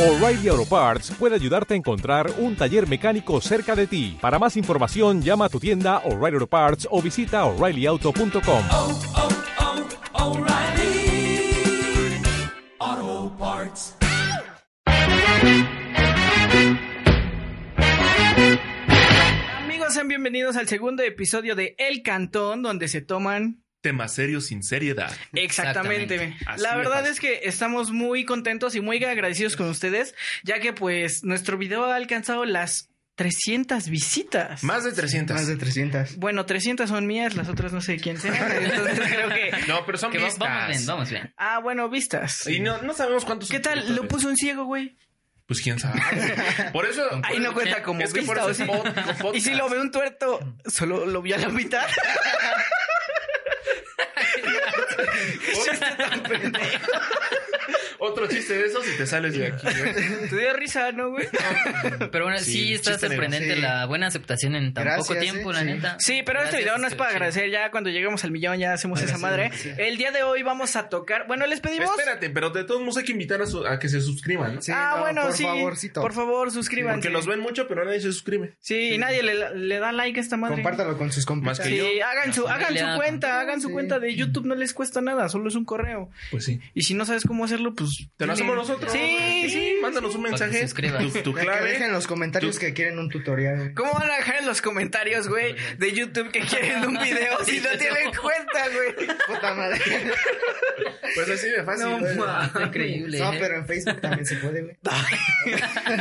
O'Reilly Auto Parts puede ayudarte a encontrar un taller mecánico cerca de ti. Para más información, llama a tu tienda O'Reilly Auto Parts o visita oreillyauto.com. oh, oh, O'Reilly Auto Parts. Amigos, sean bienvenidos al segundo episodio de El Cantón, donde se toman Temas serios sin seriedad. exactamente. Exactamente. Así La me verdad pasa. es que estamos muy contentos y muy agradecidos con ustedes, ya que pues nuestro video ha alcanzado las 300 visitas. Más de 300. Más de 300. Bueno, 300 son mías, las otras no sé quién sea. Entonces creo que... No, pero son Que va- vistas. vamos bien, vamos bien. Ah, bueno, vistas. Y no, no sabemos cuántos. ¿Qué tal? Lo suscriptores. puso un ciego, güey. Pues quién sabe. Por eso. Ahí no cuenta como Es que por vista, eso es ¿o sí? pod- podcast. Y si lo ve un tuerto, solo lo vio a la mitad. Otro chiste de esos y te sales de aquí. ¿eh? Te dio risa, ¿no, güey? Pero bueno, sí, Sí, está chiste negro. sorprendente Sí. la buena aceptación en tan Gracias, poco tiempo, ¿eh? la Sí. neta. Sí, pero este Gracias, video no es para sí. agradecer, ya cuando lleguemos al millón ya hacemos esa madre. El día de hoy vamos a tocar, bueno, les pedimos... Espérate, pero de todos modos hay que invitar a, su- a que se suscriban. ¿no? Sí, ah, no, bueno, por sí. favorcito. Por favor, suscríbanse. Porque nos ven mucho, pero nadie se suscribe. Sí, y nadie le, le da like a esta madre. Compártalo con sus compas. Más que yo. Sí, hagan su, La hagan familia. su cuenta, hagan su Sí. cuenta de YouTube, no les cuesta nada, solo es un correo. Pues sí. Y si no sabes cómo hacerlo, pues... Te lo hacemos nosotros. Sí, sí. Mándanos un Para que mensaje. se suscriban. Tu, tu Que dejen en clave. los comentarios Tú- que quieren un tutorial. ¿Cómo van a dejar en los comentarios, güey, de YouTube que quieren un video si no tienen cuenta, güey? Puta madre. Pues así de fácil. No, güey. ma. Está increíble. No, ¿eh? pero en Facebook también se puede, güey.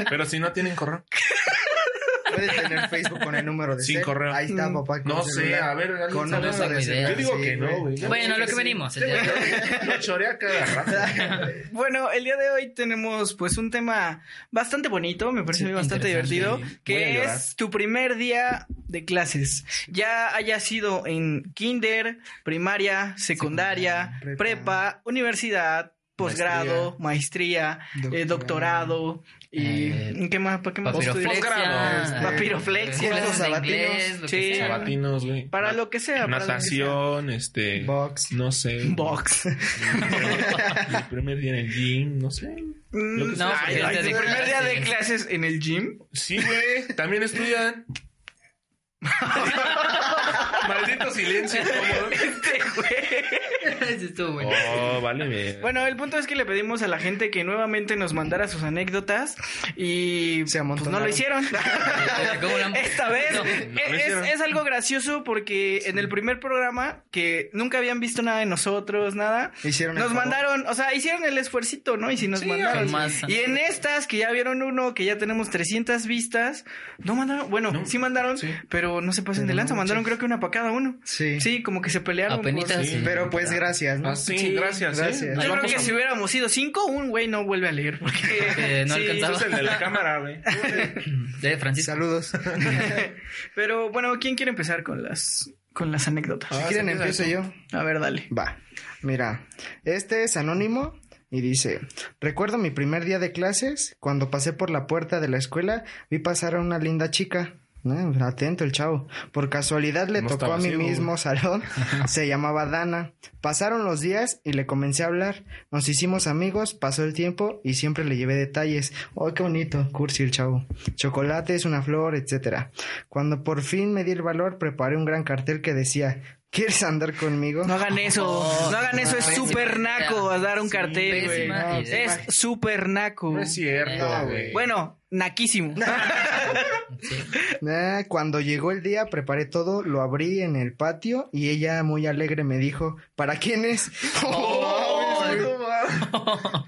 pero si no tienen correo. Puedes tener Facebook con el número de Sin cel. correo. Ahí Mm. está, papá. con No sé, celular. a ver, alguien Con sabe. número No de tengo idea. celular, Yo digo sí, que no, güey. Bueno, lo que venimos. el día de hoy. Lo chorea cada rato. Bueno, el día de hoy tenemos pues un tema bastante bonito, me parece Sí, bastante interesante. divertido, Sí, voy a que llorar. es tu primer día de clases. Ya haya sido en kinder, primaria, secundaria, Secundaria, prepa, prepa, universidad, posgrado, maestría, eh, doctorado, y Eh, ¿qué más? ¿Para qué más? Papiroflexia. Posgrado, eh, papiroflexia. clases de Sabatinos. inglés, lo que este, Sí. sea. Sabatinos, güey. Para lo que sea. para lo que Natación, este. Box. No sé. sea. Box. Mi primer día en el gym, no sé. Lo que Mm, sea. ay, porque ay, es de tu primer día de clases. clases en el gym. Sí, güey. También estudian. Maldito silencio incómodo. Este güey. Eso estuvo bueno. Oh, vale, bien. Bueno, el punto es que le pedimos a la gente que nuevamente nos mandara sus anécdotas y Se pues, amontonaron. no lo hicieron. ¿Cómo la han- Esta vez No. es, lo hicieron. es algo gracioso porque en el primer programa que nunca habían visto nada de nosotros, nada, Hicieron el nos favor. mandaron, o sea, hicieron el esfuercito, ¿no? Y si nos mandaron. con más. Y en estas que ya vieron uno, que ya tenemos 300 vistas, no mandaron, bueno, No. sí mandaron, Sí. pero no se pasen de Pero no lanza, mandaron creo que una para cada uno. Sí. Sí, como que se pelearon. por- Apenitas. eh, Sí, Pero pues gracias, ¿no? Ah, sí, Sí, gracias. ¿eh? gracias. Nos Yo creo vamos que a- si hubiéramos sido cinco, un güey no vuelve a leer porque Porque no alcanzaba. Es el de la cámara, güey. De Francisco. Saludos. Si Pero bueno, ¿quién quiere empezar con las con las anécdotas? Ah, quieren se empieza empiezo tú. yo. A ver, dale. Va, mira, este es anónimo y dice, recuerdo mi primer día de clases, cuando pasé por la puerta de la escuela, vi pasar a una linda chica. Eh, atento el chavo. Por casualidad le No tocó estaba a mi ciego, mismo güey. salón. Se llamaba Dana. Pasaron los días y le comencé a hablar. Nos hicimos amigos, pasó el tiempo y siempre le llevé detalles. Oh, qué bonito, cursi el chavo. Chocolates, una flor, etcétera. Cuando por fin me di el valor, preparé un gran cartel que decía, ¿quieres andar conmigo? No hagan eso, Oh, no hagan eso, es pésima súper idea. naco a dar un Sí, cartel, güey. pésima No, idea. Es súper naco. No es cierto, No, güey. Bueno, naquísimo. Ah, cuando llegó el día, preparé todo, lo abrí en el patio y ella muy alegre me dijo, ¿para quién es?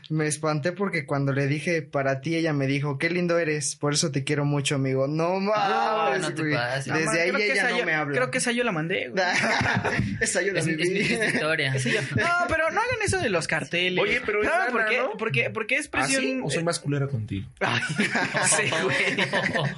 me espanté porque cuando le dije para ti, ella me dijo, qué lindo eres, por eso te quiero mucho, amigo. No mames, no te güey. pases. Desde Mamá, ahí creo que ella esa no yo- me habla. Creo que esa yo la mandé, güey. Esa yo la Es, mi- es mi viví. triste historia. No, pero no hagan eso de los carteles. Oye, pero es ¿Saben lana, por qué? ¿no? Porque, porque es ¿Ah, presión. sí? ¿O soy más culera contigo? Ay, sí, güey.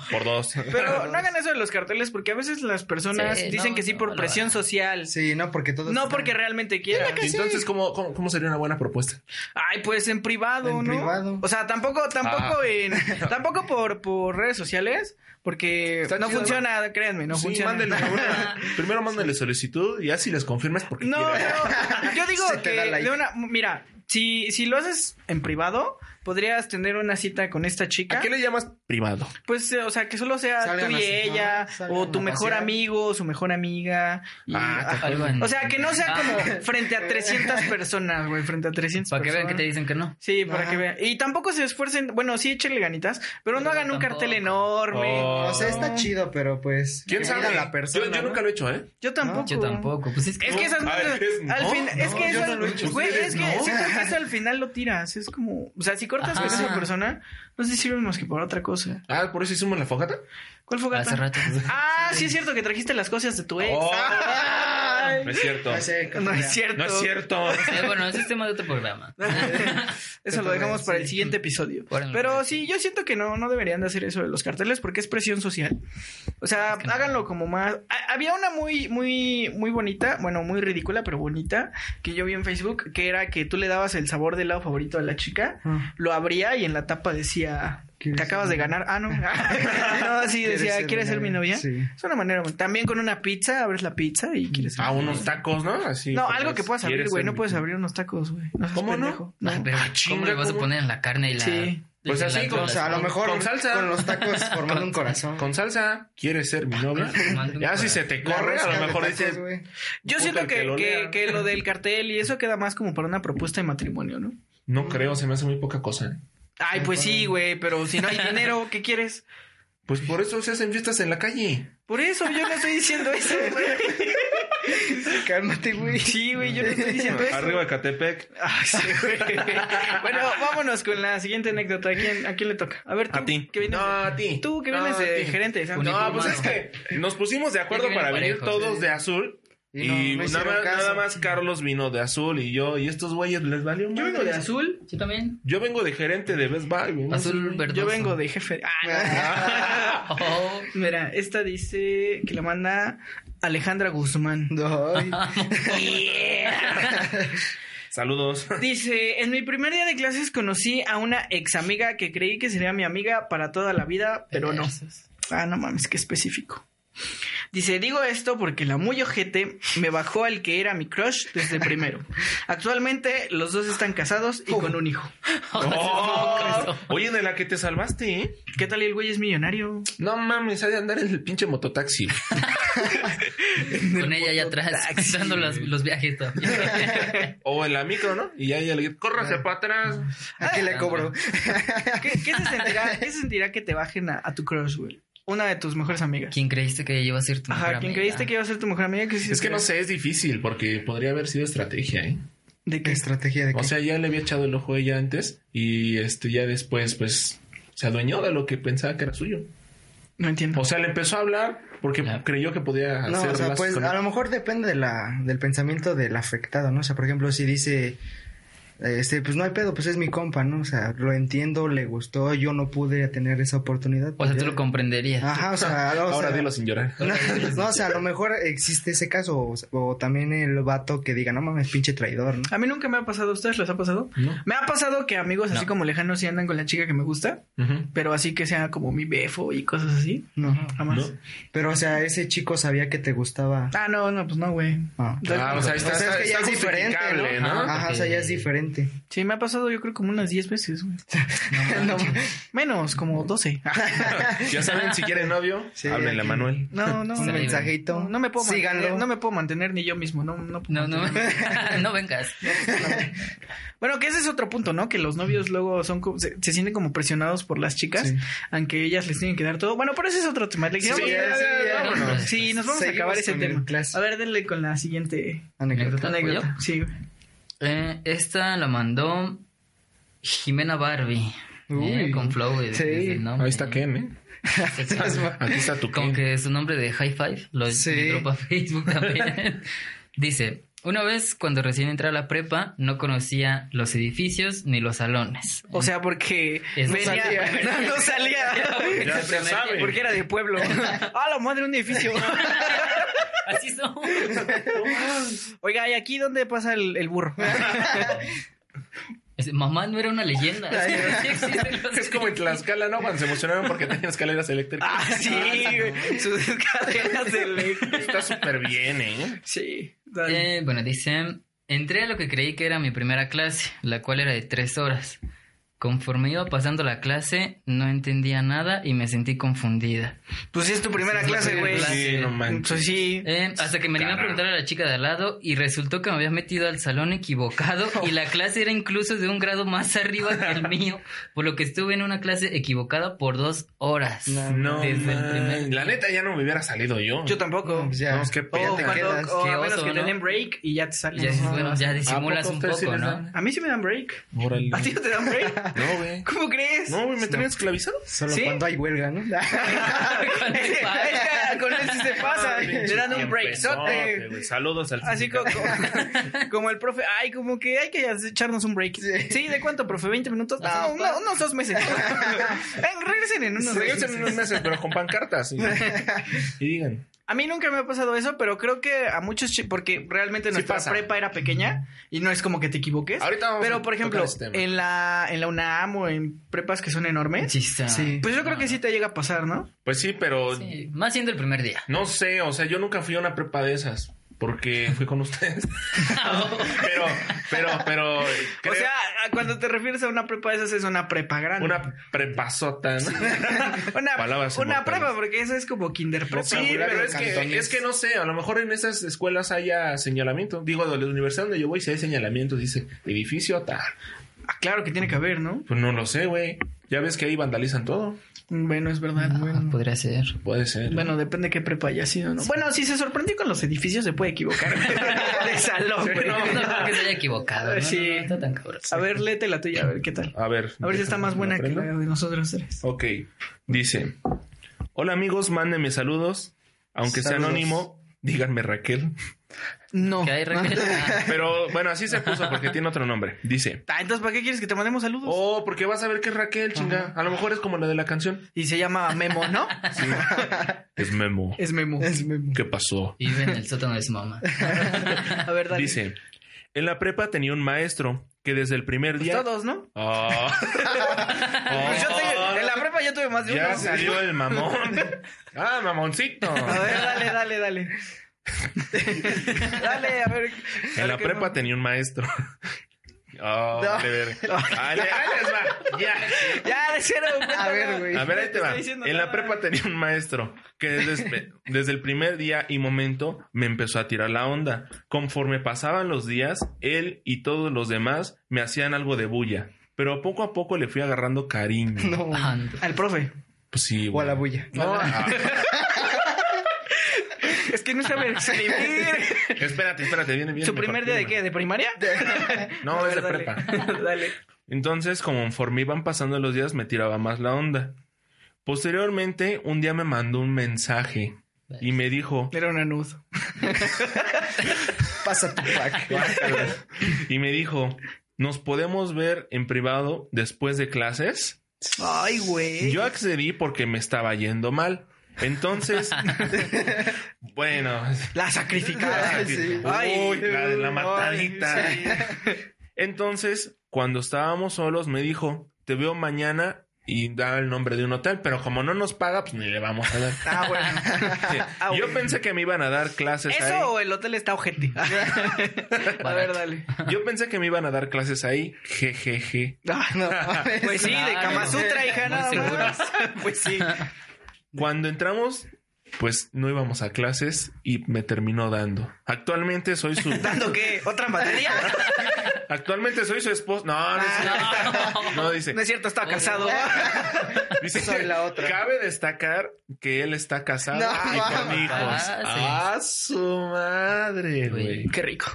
Por dos. Pero no hagan eso de los carteles porque a veces las personas Sí, dicen no, que sí no, por la presión social. Sí, no, porque todos... No porque realmente quieran. Entonces, ¿cómo, cómo, cómo sería una buena propuesta? Ay, pues en privado, En ¿no? privado. O sea, tampoco, tampoco Ah. en, tampoco por, por redes sociales, porque Está no chido, funciona, créanme, no Sí, funciona. mándenle una- Primero mándenle solicitud y así les confirmas porque No, quieras. pero yo digo Se te que da like. de una, mira, si, si lo haces en privado, podrías tener una cita con esta ¿A chica. qué le llamas privado? Pues, eh, o sea, que solo sea Salgan tú a y cenar, ella, salgan o tu a mejor pasear. amigo, o su mejor amiga. y- Ah, ah, Algo en- o sea, que no sea Ah. como frente a 300 personas, güey, frente a 300 Para que vean que te personas. dicen que no. Sí, para Ajá. que vean. Y tampoco se esfuercen, bueno, sí, échenle ganitas, pero no Pero hagan un tampoco. cartel enorme. Oh. O sea, está chido, pero pues. ¿Quién que sabe? venga la persona. yo yo ¿no? nunca lo he hecho, ¿eh? Yo tampoco. Yo tampoco. Pues es que. Es que esas No, a madres- veces al no, fin, es no, que yo eso, no lo he hecho. güey, es Ustedes que no. siento que eso al final lo tiras, es como, o sea, si cortas con Ajá. esa persona, no se sirve más que para otra cosa. Ah, por eso hicimos la fogata. ¿Cuál fue Hace gata? rato. Ah, sí es cierto que trajiste las cosas de tu ex. Oh. Ay. No es cierto. No sé, no cotorrea. es cierto. No es cierto. Eh, bueno, ese es tema de otro programa. Ah, Eso lo dejamos para el siguiente episodio. Bueno, Pero sí, yo siento que no, no deberían de hacer eso de los carteles porque es presión social. O sea, que no. háganlo como más. ha- Había una muy, muy, muy bonita, bueno, muy ridícula, pero bonita, que yo vi en Facebook, que era que tú le dabas el sabor del helado favorito a la chica, Ah. lo abría y en la tapa decía. ¿Quieres Te acabas de ser mi ganar. Ah, no. no, sí, ¿Quieres decía, ser ¿quieres mi ser mi novia? novia? Sí. Es una manera. También con una pizza, abres la pizza y quieres ser A mi unos tacos, ¿no? Así. no, Mm. Ah, pues, algo que puedas abrir, ¿quieres güey. ser No mi- puedes abrir unos tacos, güey. No seas ¿Cómo no? pendejo. Ah, pero ¿cómo chinga, le vas a ¿cómo? poner en la carne y la. Sí. Pues y así, la- como- O sea, a lo mejor Con salsa. con los tacos formando un corazón. Con salsa, ¿quieres ser mi novia? Mando un ya si corazón. se te La corre, a rosca lo de mejor tacos, dices. güey. Yo Puta, siento el que que, lo que, lea. que lo del cartel y eso queda más como para una propuesta de matrimonio, ¿no? No creo, se me hace muy poca cosa. Ay, pues sí, güey, pero si no hay dinero, ¿qué quieres? Pues por eso se hacen fiestas en la calle. Por eso yo no estoy diciendo eso, güey. Cálmate, güey. Sí, güey, yo no estoy diciendo eso. Arriba de Catepec. Ay, sí, güey. Bueno, vámonos con la siguiente anécdota. ¿A quién, a quién le toca? A ver, tú. A ti. Que vienes No, de- a ti. Tú, que No, vienes a de ti. gerente. ¿sabes? No, pues mano. es que nos pusimos de acuerdo Es que para vienen venir parejos, todos ¿eh? de azul. Y Y, no, no nada, hicieron caso. nada más Carlos vino de azul y yo. Y estos güeyes les valió Yo vengo de madres. azul. Yo también. Yo vengo de gerente de Best Buy. güey, no Azul sé. verdoso. Yo vengo de jefe. Ah, no. Oh, Mira, esta dice que la manda Alejandra Guzmán. No, ay. Saludos. Dice, en mi primer día de clases conocí a una ex amiga que creí que sería mi amiga para toda la vida, pero no. Ah, no mames, qué específico. Dice, digo esto porque la muy ojete me bajó al que era mi crush desde primero. Actualmente los dos están casados y con un hijo. Oh, oye, de la que te salvaste, ¿eh? ¿Qué tal y el güey es millonario? No mames, ha de andar en el pinche mototaxi. con ella allá atrás, contando los, los viajes todavía. o en la micro, ¿no? Y ya ella le córrase para atrás. Aquí le cobro. Ah, ¿Qué, qué se, sentirá, qué se sentirá que te bajen a, a tu crush, güey? Una de tus mejores amigas. ¿Quién creíste que iba a ser tu mejor Ajá, ¿quién amiga? creíste que iba a ser tu mejor amiga? ¿Qué se Es que no sentirá? sé, es difícil porque podría haber sido estrategia, ¿eh? ¿De ¿Qué qué? estrategia de qué? O sea, ya le había echado el ojo a ella antes y este ya después, pues, se adueñó de lo que pensaba que era suyo. No entiendo. O sea, le empezó a hablar porque Ya. creyó que podía hacer no, o sea, lazos pues con a él. lo mejor depende de la, del pensamiento del afectado, ¿no? O sea, por ejemplo, si dice, eh, este, pues no hay pedo, pues es mi compa, ¿no? O sea, lo entiendo, le gustó, yo no pude tener esa oportunidad. pues O sea, tú Ya. lo comprenderías. Ah. Ajá, o sea, o Ahora sea, dilo sin llorar. No, no, o sea, a lo mejor existe ese caso, o, o también el vato que diga, no mames, pinche traidor, Ah, ¿no? A mí nunca me ha pasado. ¿A ustedes les ha pasado? No. Me ha pasado que amigos así No. como lejanos sí andan con la chica que me gusta, Ujú. pero así que sea como mi befo y cosas así. No. Jamás. No. Pero, o sea, ese chico sabía que te gustaba. Ah, no, no, pues no, güey. Ah. Ah, o sea, está, O sea, es que está ya es diferente, justificable, ¿no? ¿no? Ajá. Ajá, o sea, ya es diferente. Sí, me ha pasado yo creo como unas 10 veces, güey. No, Menos, como 12. Ya saben, si quieren novio, Sí, háblenle a aquí. Manuel. No, no. un Sí. no, mensajito. No me puedo mantener, Síganlo. no me puedo mantener ni yo mismo, no, no puedo No, no, mantener. no vengas. Bueno, que ese es otro punto, ¿no? Que los novios luego son como- se, se sienten como presionados por las chicas, Sí. aunque ellas les tienen que dar todo. Bueno, pero ese es otro tema. Le Sí, digamos- ya, ya, ya, ya, vámonos. Sí, nos vamos Seguimos a acabar ese con el tema. clásico. A ver, denle con la siguiente Anécdota. anécdota. Sí, güey. Eh, esta la mandó Jimena Barbie. eh, Uy. con Flow. eh, Sí. desde el nombre. Ahí está Ken, ¿eh? Sí, sí. Aquí está tu Con Ken. que su nombre de High Five lo Sí. entró para Facebook también. Dice, una vez cuando recién entré a la prepa, no conocía los edificios ni los salones. O sea, porque Es- no venía, salía. no, no salía. Ya se sabe. Porque era de pueblo. ¡Ah, la madre, un edificio! Así son. Oiga, ¿y aquí dónde pasa el, el burro? Ah, Dice, Mamá no era una leyenda. Sí existen los Es como en Tlaxcala, ¿no? Cuando se emocionaron porque tenían escaleras eléctricas. ah, sí, güey. Sus cadenas de ley. Está súper bien, ¿eh? Sí. dale. Eh, bueno, dice, entré a lo que creí que era mi primera clase, la cual era de tres horas. Conforme iba pasando la clase, no entendía nada y me sentí confundida. Pues sí, es tu primera Sí, clase, sí, güey. sí. Sí, no manches. Pues sí. Eh, hasta que me animé a preguntar a la chica de al lado y resultó que me había metido al salón equivocado y la clase era incluso de un grado más arriba que el mío, por lo que estuve en una clase equivocada por dos horas. No, Desde el primer- man. la neta ya no me hubiera salido yo. Yo tampoco. Pues No, es que O, ya te cuando- quedas. o Qué a menos oso, que te ¿no? den break y ya te Y sales. ya, dices, bueno, ya ¿A disimulas poco un ustedes sí poco, les ¿no? dan? A mí sí me dan break. Órale. ¿A ti no te dan break? No, güey. ¿Cómo crees? No, güey, me tenían esclavizado. Solo ¿Sí? cuando hay huelga, ¿no? Con el padre. Con eso sí se pasa. Le dan un break. eh, Empezote, Ah, güey. Saludos al Así co- sindicato. co- como, el profe, ay, como que hay que echarnos un break. Sí, ¿de cuánto, profe? ¿20 minutos? No, No, no, unos dos meses. Ven, regresen en unos Regresen meses. en unos meses, pero con pancartas. Y, y digan. A mí nunca me ha pasado eso, pero creo que a muchos, chi- porque realmente Sí nuestra pasa. prepa era pequeña y no es como que te equivoques. Ahorita vamos pero, a por ejemplo, tocar ese tema. en la, en la UNAM o en prepas que son enormes, Chista. Sí. pues yo creo que sí te llega a pasar, ¿no? Pues sí, pero Sí, Más siendo el primer día. no sé. O sea, yo nunca fui a una prepa de esas. Porque fui con ustedes. pero, pero, pero. creo- O sea, a- cuando te refieres a una prepa de esas es una prepa grande. una prepasota, ¿no? Una, Palabras una inmortales. prepa, porque eso es como kinder prepa. Sí, pero es que, cantones. es que no sé, a lo mejor en esas escuelas haya señalamiento. Digo, de la universidad donde yo voy, si hay señalamientos, dice edificio tal. Ah, Claro que tiene que haber, ¿no? Pues no lo sé, güey. Ya ves que ahí vandalizan todo. Bueno, es verdad. Ah, bueno. podría ser. Puede ser. Bueno, depende qué prepa haya sido, ¿no? Bueno, si se sorprendió con los edificios, se puede equivocar. de salón, güey. No, no creo que se haya equivocado. ¿no? Sí. No, no, está tan cabrón. A ver, léete la tuya, a ver qué tal. a ver. A ver si está más buena que la ¿Aprendo? de nosotros tres. Ok. Dice: Hola amigos, mándenme saludos. Aunque sea Saludos. anónimo, díganme Raquel. No. ¿Qué hay, Raquel? Ah, Pero bueno, así se puso porque tiene otro nombre. Dice: Ah, entonces, ¿para qué quieres que te mandemos saludos? Oh, porque vas a ver que es Raquel, chinga. A lo mejor es como la de la canción. Y se llama Memo, ¿no? Es Memo. Es Memo. Es muy- ¿Qué pasó? Vive en el sótano de su mamá. A ver, dale. Dice, en la prepa tenía un maestro que desde el primer Pues día... todos, ¿no? Ah. Ah. Pues yo te- en la prepa yo tuve más de Ya uno. salió el mamón. Ah, mamoncito. A ver, dale, dale, dale. dale, a ver. En la ¿qué prepa más? tenía un maestro. Ah, No. vale, verga. Vale, ahí les va. Ya. Ya, de cero. A ver, güey. A ver, ahí te va. Estoy diciendo En la nada. prepa tenía un maestro que desde, desde el primer día y momento me empezó a tirar la onda. Conforme pasaban los días, él y todos los demás me hacían algo de bulla. Pero poco a poco le fui agarrando cariño. No. Ah, Al profe. Pues sí, O a güey. la bulla. No, ah, Es que no sabe escribir. espérate, espérate, viene bien. ¿Su primer día de qué? ¿De primaria? No, es de Dale. prepa. Dale. Entonces, conforme iban pasando los días, me tiraba más la onda. Posteriormente, un día me mandó un mensaje y me dijo, Era una nud. Pasa tu pack. y me dijo, ¿nos podemos ver en privado después de clases? Ay, güey. Yo accedí porque me estaba yendo mal. Entonces, bueno, La sacrificada. sí. Uy, la de la Ay, matadita. sí. Entonces, cuando estábamos solos, me dijo, te veo mañana y da el nombre de un hotel, pero como no nos paga, pues ni le vamos a dar. Ah, bueno. Sí. Ah, Yo bueno. pensé que me iban a dar clases ¿Eso Pues ahí. o el hotel está ojete? a ver, dale. Yo pensé que me iban a dar clases ahí. Jejeje. Ah, no. Pues sí, de Ah, Claro. Kama Sutra, hija, Muy nada más. Pues sí. Cuando entramos, pues no íbamos a clases y me terminó dando. Actualmente soy su ¿Dando qué? ¿Otra materia? actualmente soy su esposo. No, no, es cierto. no dice. No es cierto, estaba casado. Ah. Dice, Soy la otra. Cabe destacar que él está casado No, y con mames. hijos. Ah, Ah, su madre, güey. Qué rico.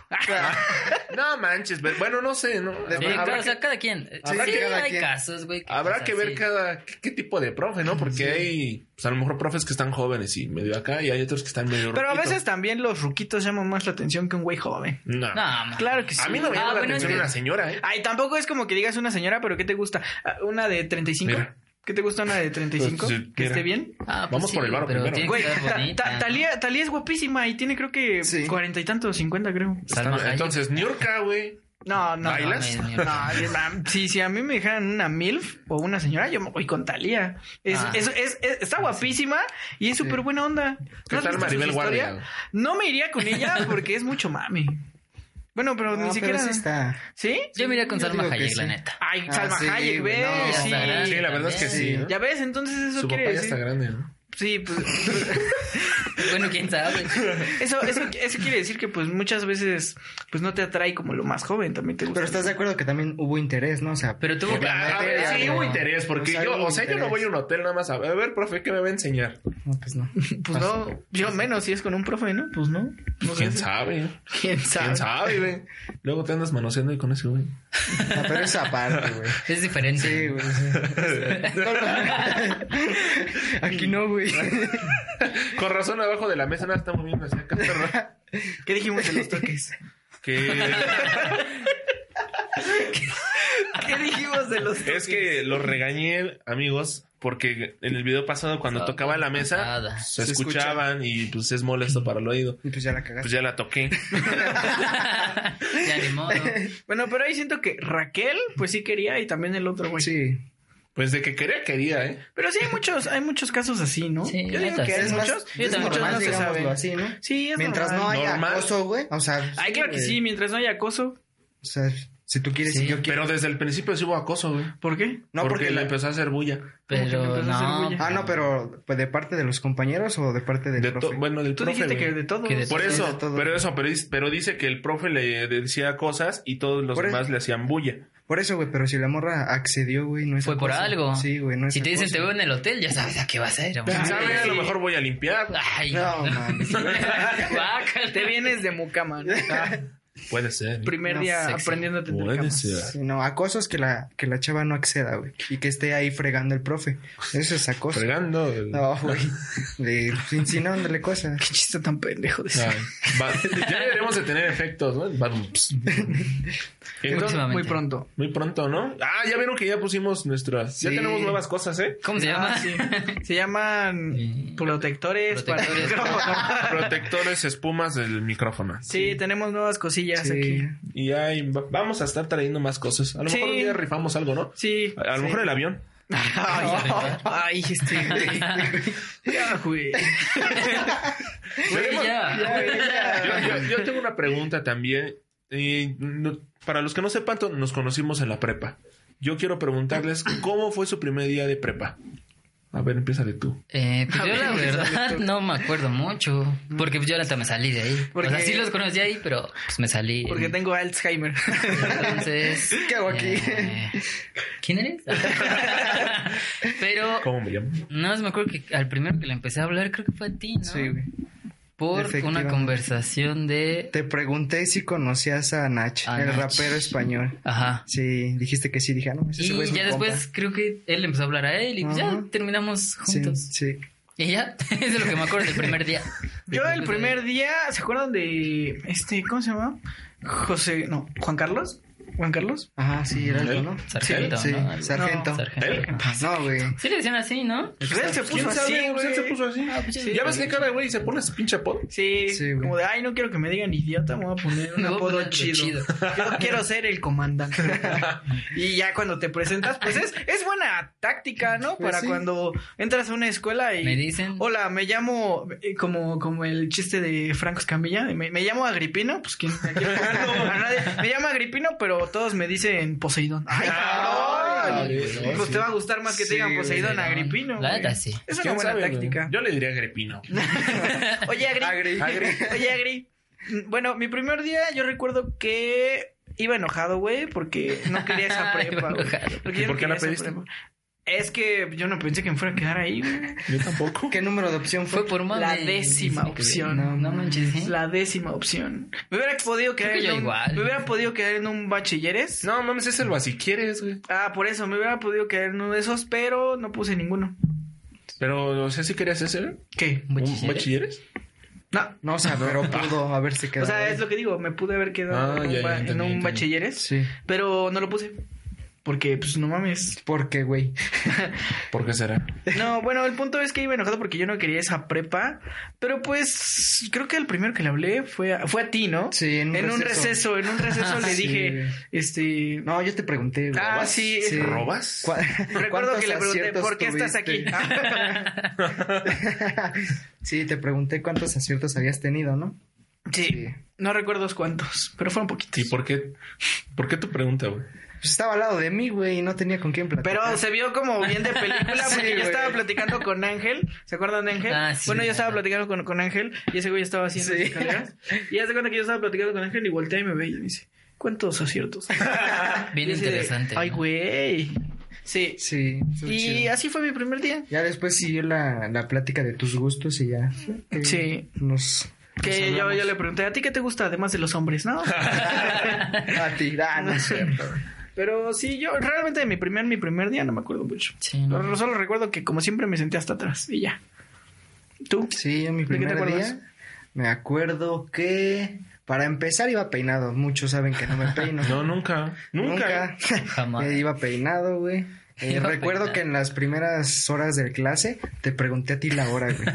No manches, ve- bueno, no sé, ¿no? Sí, Habrá- claro, habrá o sea, cada quien. Eh, Sí, habrá que- cada hay quien. casos, güey. que Habrá pues que ver así. cada qué, qué tipo de profe, ¿no? Porque hay, pues a lo mejor profes que están jóvenes y medio acá y hay otros que están medio Pero a ruquitos. veces también los ruquitos llaman más la atención que un güey joven. no. No, man. Claro que sí. A mí no me Ah, llama la bueno, es atención que- una señora, ¿eh? Ay, tampoco es como que digas una señora, pero ¿qué te gusta? Ah, ¿Una de 35? Mira. ¿Qué te gusta una de 35? Pues, sí, que mira. esté bien. Ah, pues Vamos por el varo pero primero. tiene Güey, que estar Ta- bonita. Ta- Talía, Talía es guapísima y tiene creo que Sí. cuarenta y tantos, cincuenta creo. Salma Están- Hayek. entonces, Niurka, güey. No, no. ¿Bailas? No, no, no, sí, sí, a mí me dejaran una MILF o una señora, yo me voy con Talía. Es, Ah. es- es- es- está guapísima y es súper buena onda. ¿Qué ¿No has tal visto su Maribel historia? Guardia? No me iría con ella porque es mucho mami. Bueno, pero No, ni pero siquiera. sí está. ¿Sí? Yo me iría con Yo Salma digo que Hayek, sí. la neta. Ay, Ah, Salma sí, Hayek, güey, ve. no, Ella sí. está grande Sí, la verdad es que sí. también. ¿no? Ya ves, entonces eso Su papá quiere ya decir. está grande, ¿no? Sí, pues. Bueno, quién sabe. Eso, eso, eso quiere decir que, pues, muchas veces, pues no te atrae como lo más joven, también te gusta. Pero estás de acuerdo que también hubo interés, ¿no? O sea, Pero tuvo por la claro, A ver, materia, sí güey. hubo interés, porque sea, yo, hubo o sea, yo no interés. voy a un hotel nada más a a ver, profe, ¿qué me va a enseñar? No, pues no. Pues no, yo menos, si es con un profe, ¿no? Pues no. no sé. ¿Quién sabe? ¿Quién sabe? ¿Quién sabe, güey? Luego te andas manoseando ahí con ese güey. No, pero es aparte, güey. Es diferente. Sí, güey. sí. No, no. Aquí no, güey. Con razón, abajo de la mesa nada estamos viendo hacia acá, perro. ¿Qué dijimos de los toques? Que ¿Qué dijimos de los toques? es que los regañé, amigos, porque en el video pasado, cuando Estaba tocaba la mesa, enojada. se Se escucha. escuchaban y pues es molesto para el oído. Y pues ya la Pues cagaste. ya la toqué. Ya ni modo. Bueno, pero ahí siento que Raquel, pues sí quería y también el otro güey. Sí. Pues de que quería, quería, ¿eh? Pero sí hay muchos, hay muchos casos así, ¿no? Sí, yo digo neta, que sí. hay Es más- muchos, es muchos normal, no se digámoslo saben. así, ¿no? Sí, es Mientras no normal. haya Normal. acoso, güey. O sea, Ay, claro que güey. sí, mientras no haya acoso. O sea, si tú quieres, Sí. si yo quiero. Pero desde el principio sí hubo acoso, güey. ¿Por qué? No, porque, porque le la- empezó a hacer bulla. Como que Pero empezó a hacer no. bulla. Ah, no, pero pues, de parte de los compañeros o de parte del De to- profe. bueno, del Tú profe, dijiste güey. que de todo. Que de Por Sí, eso, de todo. pero eso, pero, dice- pero dice que el profe le decía cosas y todos los Por eso. demás le hacían bulla. Por eso, güey, pero si la morra accedió, güey, no es Fue por acoso. algo. Sí, güey, no es Si te dicen acoso. te veo en el hotel, ya sabes a qué vas a ir. amor. ¿Quién Ah, sabe? A lo sí. mejor voy a limpiar. Ay, No, mames. Guácala. Te vienes de Mucama, ¿no? Puede ser. ¿eh? Primer No, día sexy. aprendiéndote del Puede cama. ser. Sí, no, acoso es que la, que la chava no acceda, güey, y que esté ahí fregando el profe. Eso es acoso. Fregando. el- No, güey. De insinuándole cosas. Qué chiste tan pendejo de Ay, Ah, va- ya deberemos de tener efectos, ¿no? Va- ps. Entonces, Próximamente. Muy pronto. muy pronto, ¿no? Ah, ya vieron que ya pusimos nuestras. Ya Sí. tenemos nuevas cosas, ¿eh? ¿Cómo se llama? Ah, sí. Se llaman Sí. protectores, para el Protectores. micrófono. Protectores, espumas del micrófono. Sí, tenemos nuevas cosillas Sí. aquí. Y ahí va- vamos a estar trayendo más cosas. A lo mejor Sí. un día rifamos algo, ¿no? Sí. A, a lo mejor el avión. Ay, ay, este güey. Ya, güey. Güey, Veremos- ya. yo, yo- yo tengo una pregunta también. Y no- para los que no sepan, to- nos conocimos en la prepa. Yo quiero preguntarles cómo fue su primer día de prepa. A ver, empieza de tú. Eh, pues yo la verdad no me acuerdo mucho. Porque pues yo ahorita me salí de ahí. Porque- o sea, sí los conocí ahí, pero pues me salí. Porque tengo Alzheimer. Entonces. ¿Qué hago aquí? eh, ¿Quién eres? pero. ¿Cómo me llamo? No, me acuerdo que al primero que le empecé a hablar creo que fue a ti, ¿no? Sí, güey. Por una Efectivamente. conversación de... Te pregunté si conocías a Nach, A el Nach. rapero español. Ajá. Sí, dijiste que sí, dije, ah, no, ese güey es Y mi ya después creo que él empezó a hablar a él y pues ya Ajá. terminamos compa. Sí, juntos. sí. Y ya, es de lo que me acuerdo del primer día. Yo el primer día, ¿se acuerdan de este, cómo se llama? José, no, Juan Carlos. Juan Carlos. Ajá, sí, era algo, ¿no? Sargento, Sí, ¿no? Algo. sargento. Sargento. Ajá, No, güey. Sí le decían así, ¿no? Pues él se puso ¿Quién así, sabe? güey. Ah, pues Él se puso así. sí. ya ves que cada güey se pone ese pinche apodo. Sí, Sí, güey. como de, ay, no quiero que me digan idiota, me voy a poner un Me voy a poner apodo algo chido. chido. Yo quiero ser el comandante. y ya cuando te presentas, pues es, es buena táctica, ¿no? Pues Para sí. cuando entras a una escuela y... Me dicen- Hola, me llamo, eh, como, como el chiste de Franco Escamilla, de me, me llamo Agripino, pues ¿quién? ¿A quién? A nadie. Me llamo Agripino, pero todos me dicen Poseidón. ¡Ay, cabrón! Ay, no, pues sí. te va a gustar más que Sí, te digan güey, Poseidón a Ah, no. Agripino. La güey. neta, sí. Es una ¿Quién buena sabe, güey? táctica. Yo le diría Agripino. Oye, Agri. Agri. Agri. Oye, Agri. Mm, Bueno, mi primer día yo recuerdo que iba enojado, güey, porque no quería esa prepa, Iba güey. enojado. Porque ¿Y yo por qué quería la esa pediste? prepa. Es que yo no pensé que me fuera a quedar ahí, güey. Yo tampoco. ¿Qué número de opción fue? Fue por mame. La décima Sí, opción. No, no manches, ¿eh? La décima opción. Me hubiera podido quedar que yo en un, igual. Me hubiera podido quedar en un bachilleres. No, mames, es el si quieres, güey. Ah, por eso, me hubiera podido quedar en uno de esos, pero no puse ninguno. Pero, o sea, si querías ese, ¿Qué? ¿Un Bachilleres. bachilleres? No. No, o sea, pero pudo haberse quedado. O sea, es lo que digo, me pude haber quedado Ah, en un, ya, ya, ba- en entendí, un entendí. bachilleres. Sí. Pero no lo puse. Porque, pues, no mames. ¿Por qué, güey? ¿Por qué será? No, bueno, el punto es que iba enojado porque yo no quería esa prepa. Pero, pues, creo que el primero que le hablé fue a, fue a ti, ¿no? Sí, en un un receso. receso. En un receso le Sí, dije, güey. este... No, yo te pregunté, güey. Ah, sí. Sí. ¿Robas? ¿Cuá- Recuerdo cuántos que le pregunté, aciertos ¿por qué estás aquí? tuviste? sí, te pregunté cuántos aciertos habías tenido, ¿no? Sí. Sí. No recuerdo cuántos, pero fueron poquitos. ¿Y por qué? ¿Por qué tu pregunta, güey? Pues estaba al lado de mí, güey, y no tenía con quién platicar. Pero se vio como bien de película Sí, porque yo güey. estaba platicando con Ángel. ¿Se acuerdan de Ángel? Ah, sí, bueno, yo estaba verdad. platicando con, con Ángel y ese güey estaba haciendo Sí. las escaleras. Y hace cuenta que yo estaba platicando con Ángel y voltea y me ve y me dice, ¿cuántos aciertos? Bien Y así de, interesante, Ay, ¿no? güey. Sí. Sí, estuvo Y chido. así fue mi primer día. Ya después siguió la, la plática de tus gustos y ya. eh, Sí. Nos. Que yo, yo le pregunté, ¿a ti qué te gusta además de los hombres, no? A ti, ah, no es cierto. Pero sí, yo realmente de mi primer, mi primer día no me acuerdo mucho. Sí, no. Solo- Solo recuerdo que como siempre me senté hasta atrás y ya. ¿Tú? Sí, yo mi ¿De qué te primer acuerdas? día me acuerdo que para empezar iba peinado. Muchos saben que no me peino. No, nunca. Nunca. Nunca. Jamás. Eh, iba peinado, güey. Eh, Iba recuerdo peinado. que en las primeras horas de clase te pregunté a ti la hora, güey.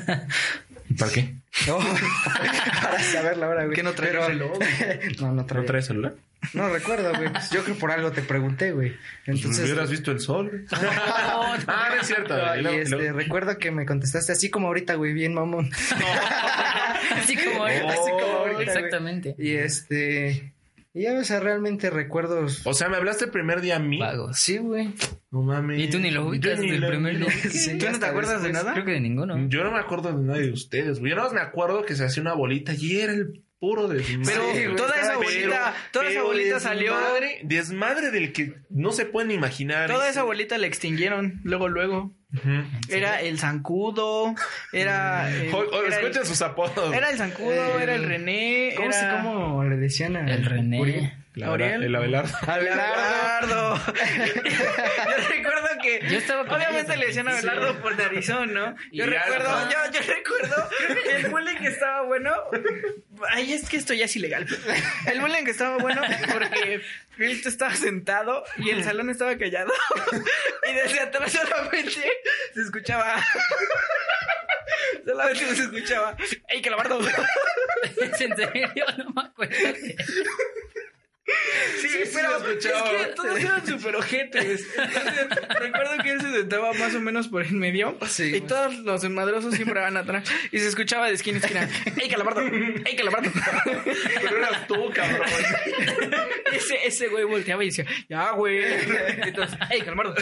¿Para qué? No, para saber la hora, güey. ¿Qué no traía Pero- reloj, no, no traía. ¿No traes celular? No recuerdo, güey. Pues Yo creo por algo te pregunté, güey. Pues Entonces. ¿Hubieras visto el sol? Ah, no es cierto. Ah, Y y luego- y este, luego- recuerdo que me contestaste así como ahorita, güey, bien mamón. Así como ahorita. así como ahorita. güey. Exactamente. Y este. Y ya, o sea, realmente recuerdos. O sea, me hablaste el primer día a mí. Vagos. Sí, güey. No mames. Y tú ni lo ubicas Yo ni del lo- primer día. Sí, ¿Tú no te hasta acuerdas de después. nada? Pues, Creo que de Mm. ninguno. Yo no me acuerdo de nadie de ustedes, güey. Yo nada más me acuerdo que se hacía una bolita y era el puro desmadre. Pero güey, toda esa estaba- bolita, toda esa pero bolita salió. desmadre- Desmadre del que no se pueden imaginar. Toda esa Ujú. bolita la extinguieron luego, luego. Era el zancudo, Mm. era. eh, O- o- era, Escuchen el, sus apodos. era el zancudo, era el René, ¿Cómo, se- era. cómo le decían a El René. La verdad, Gabriel. el Abelardo. Abelardo. yo recuerdo que. Yo estaba con obviamente ellos le decían al Abelardo por narizón, ¿no? Yo Y recuerdo, alto. yo, yo recuerdo el bullying que estaba bueno. Ay, es que esto ya es ilegal. El bullying que estaba bueno porque él estaba sentado y el salón estaba callado. Y desde atrás solamente se escuchaba. Solamente se escuchaba. ¡Ey, calabardo! ¿Es en serio? No me acuerdo. Sí, pero es que todos eran súper ojetes. Entonces, recuerdo que él se sentaba más o menos por el medio. Sí, y güey. todos los desmadrosos siempre van atrás. Y se escuchaba de esquina a esquina. ¡Ey, calabardo! ¡Ey, calabardo! Pero eras tú, cabrón. ese, ese güey volteaba y decía, ya, güey. Entonces, ¡Ey, calabardo!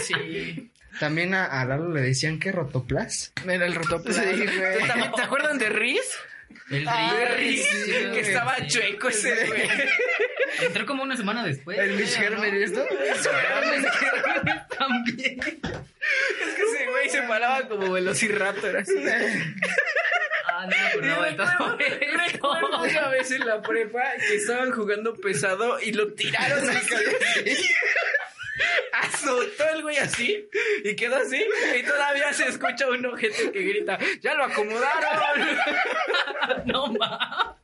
Sí. También a, a Lalo le decían que rotoplas. Era el rotoplas. Sí, güey. ¿Tú también- ¿Te acuerdan de Riz? El de Riz. Riz, Ah, sí, que güey. estaba Sí. chueco ese güey. Entró como una semana después. El Mitch creo, Hermer, ¿no? ¿esto? Ah, También. Ese güey se paraba como velociraptor así. Ah, no me acordaba de todo Recuerdo esto. una vez en la prepa que estaban jugando pesado y lo tiraron al cabecero. Azotó el güey así y quedó así. Y todavía se escucha un objeto que grita: ¡Ya lo acomodaron! No mames.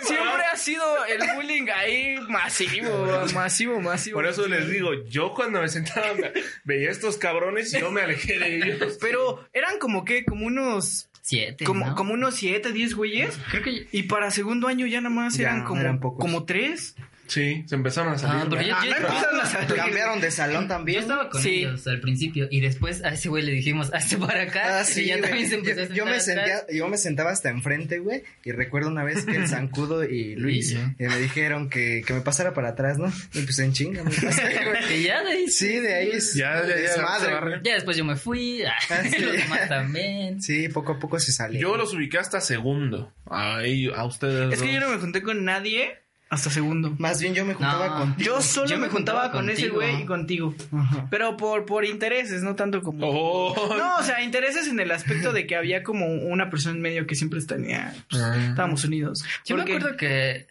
Siempre ha sido el bullying ahí masivo, masivo, masivo. Por eso les digo, yo cuando me sentaba me- veía estos cabrones y yo me alejé de ellos. Pero eran como que, como unos, Siete. como, ¿no? como unos siete, diez güeyes. Creo que. Y para segundo año ya nada más Ya, eran como, eran pocos. como tres. Sí, se empezaron a salir. Ah, porque güey. yo, yo- empezaron a salir. Cambiaron de salón yo también. estaba con Sí. ellos al principio y después a ese güey le dijimos, hazte para acá. Ah, sí, y ya güey. también se empezó a yo, yo me sentar atrás. sentía, yo me sentaba hasta enfrente, güey, y recuerdo una vez que el Zancudo y Luis Y yo. eh, me dijeron que, que me pasara para atrás, ¿no? Y pues en chinga me pasé, güey. Que ya de ahí. Sí, de ahí es Ya, ya, ya, se desmadre. barre. güey. Ya después yo me fui. ah, sí. Los demás también. Sí, poco a poco se salió. Yo los ubiqué hasta segundo. Ahí, a ustedes. Es que dos. yo no me junté con nadie hasta segundo. Más bien yo me juntaba No. contigo. Yo solo Yo me, me juntaba, juntaba con ese contigo. güey y contigo. Ajá. Pero por, por intereses, no tanto como. Oh. No, o sea, intereses en el aspecto de que había como una persona en medio que siempre tenía. pues, estábamos unidos. Yo Porque- me acuerdo que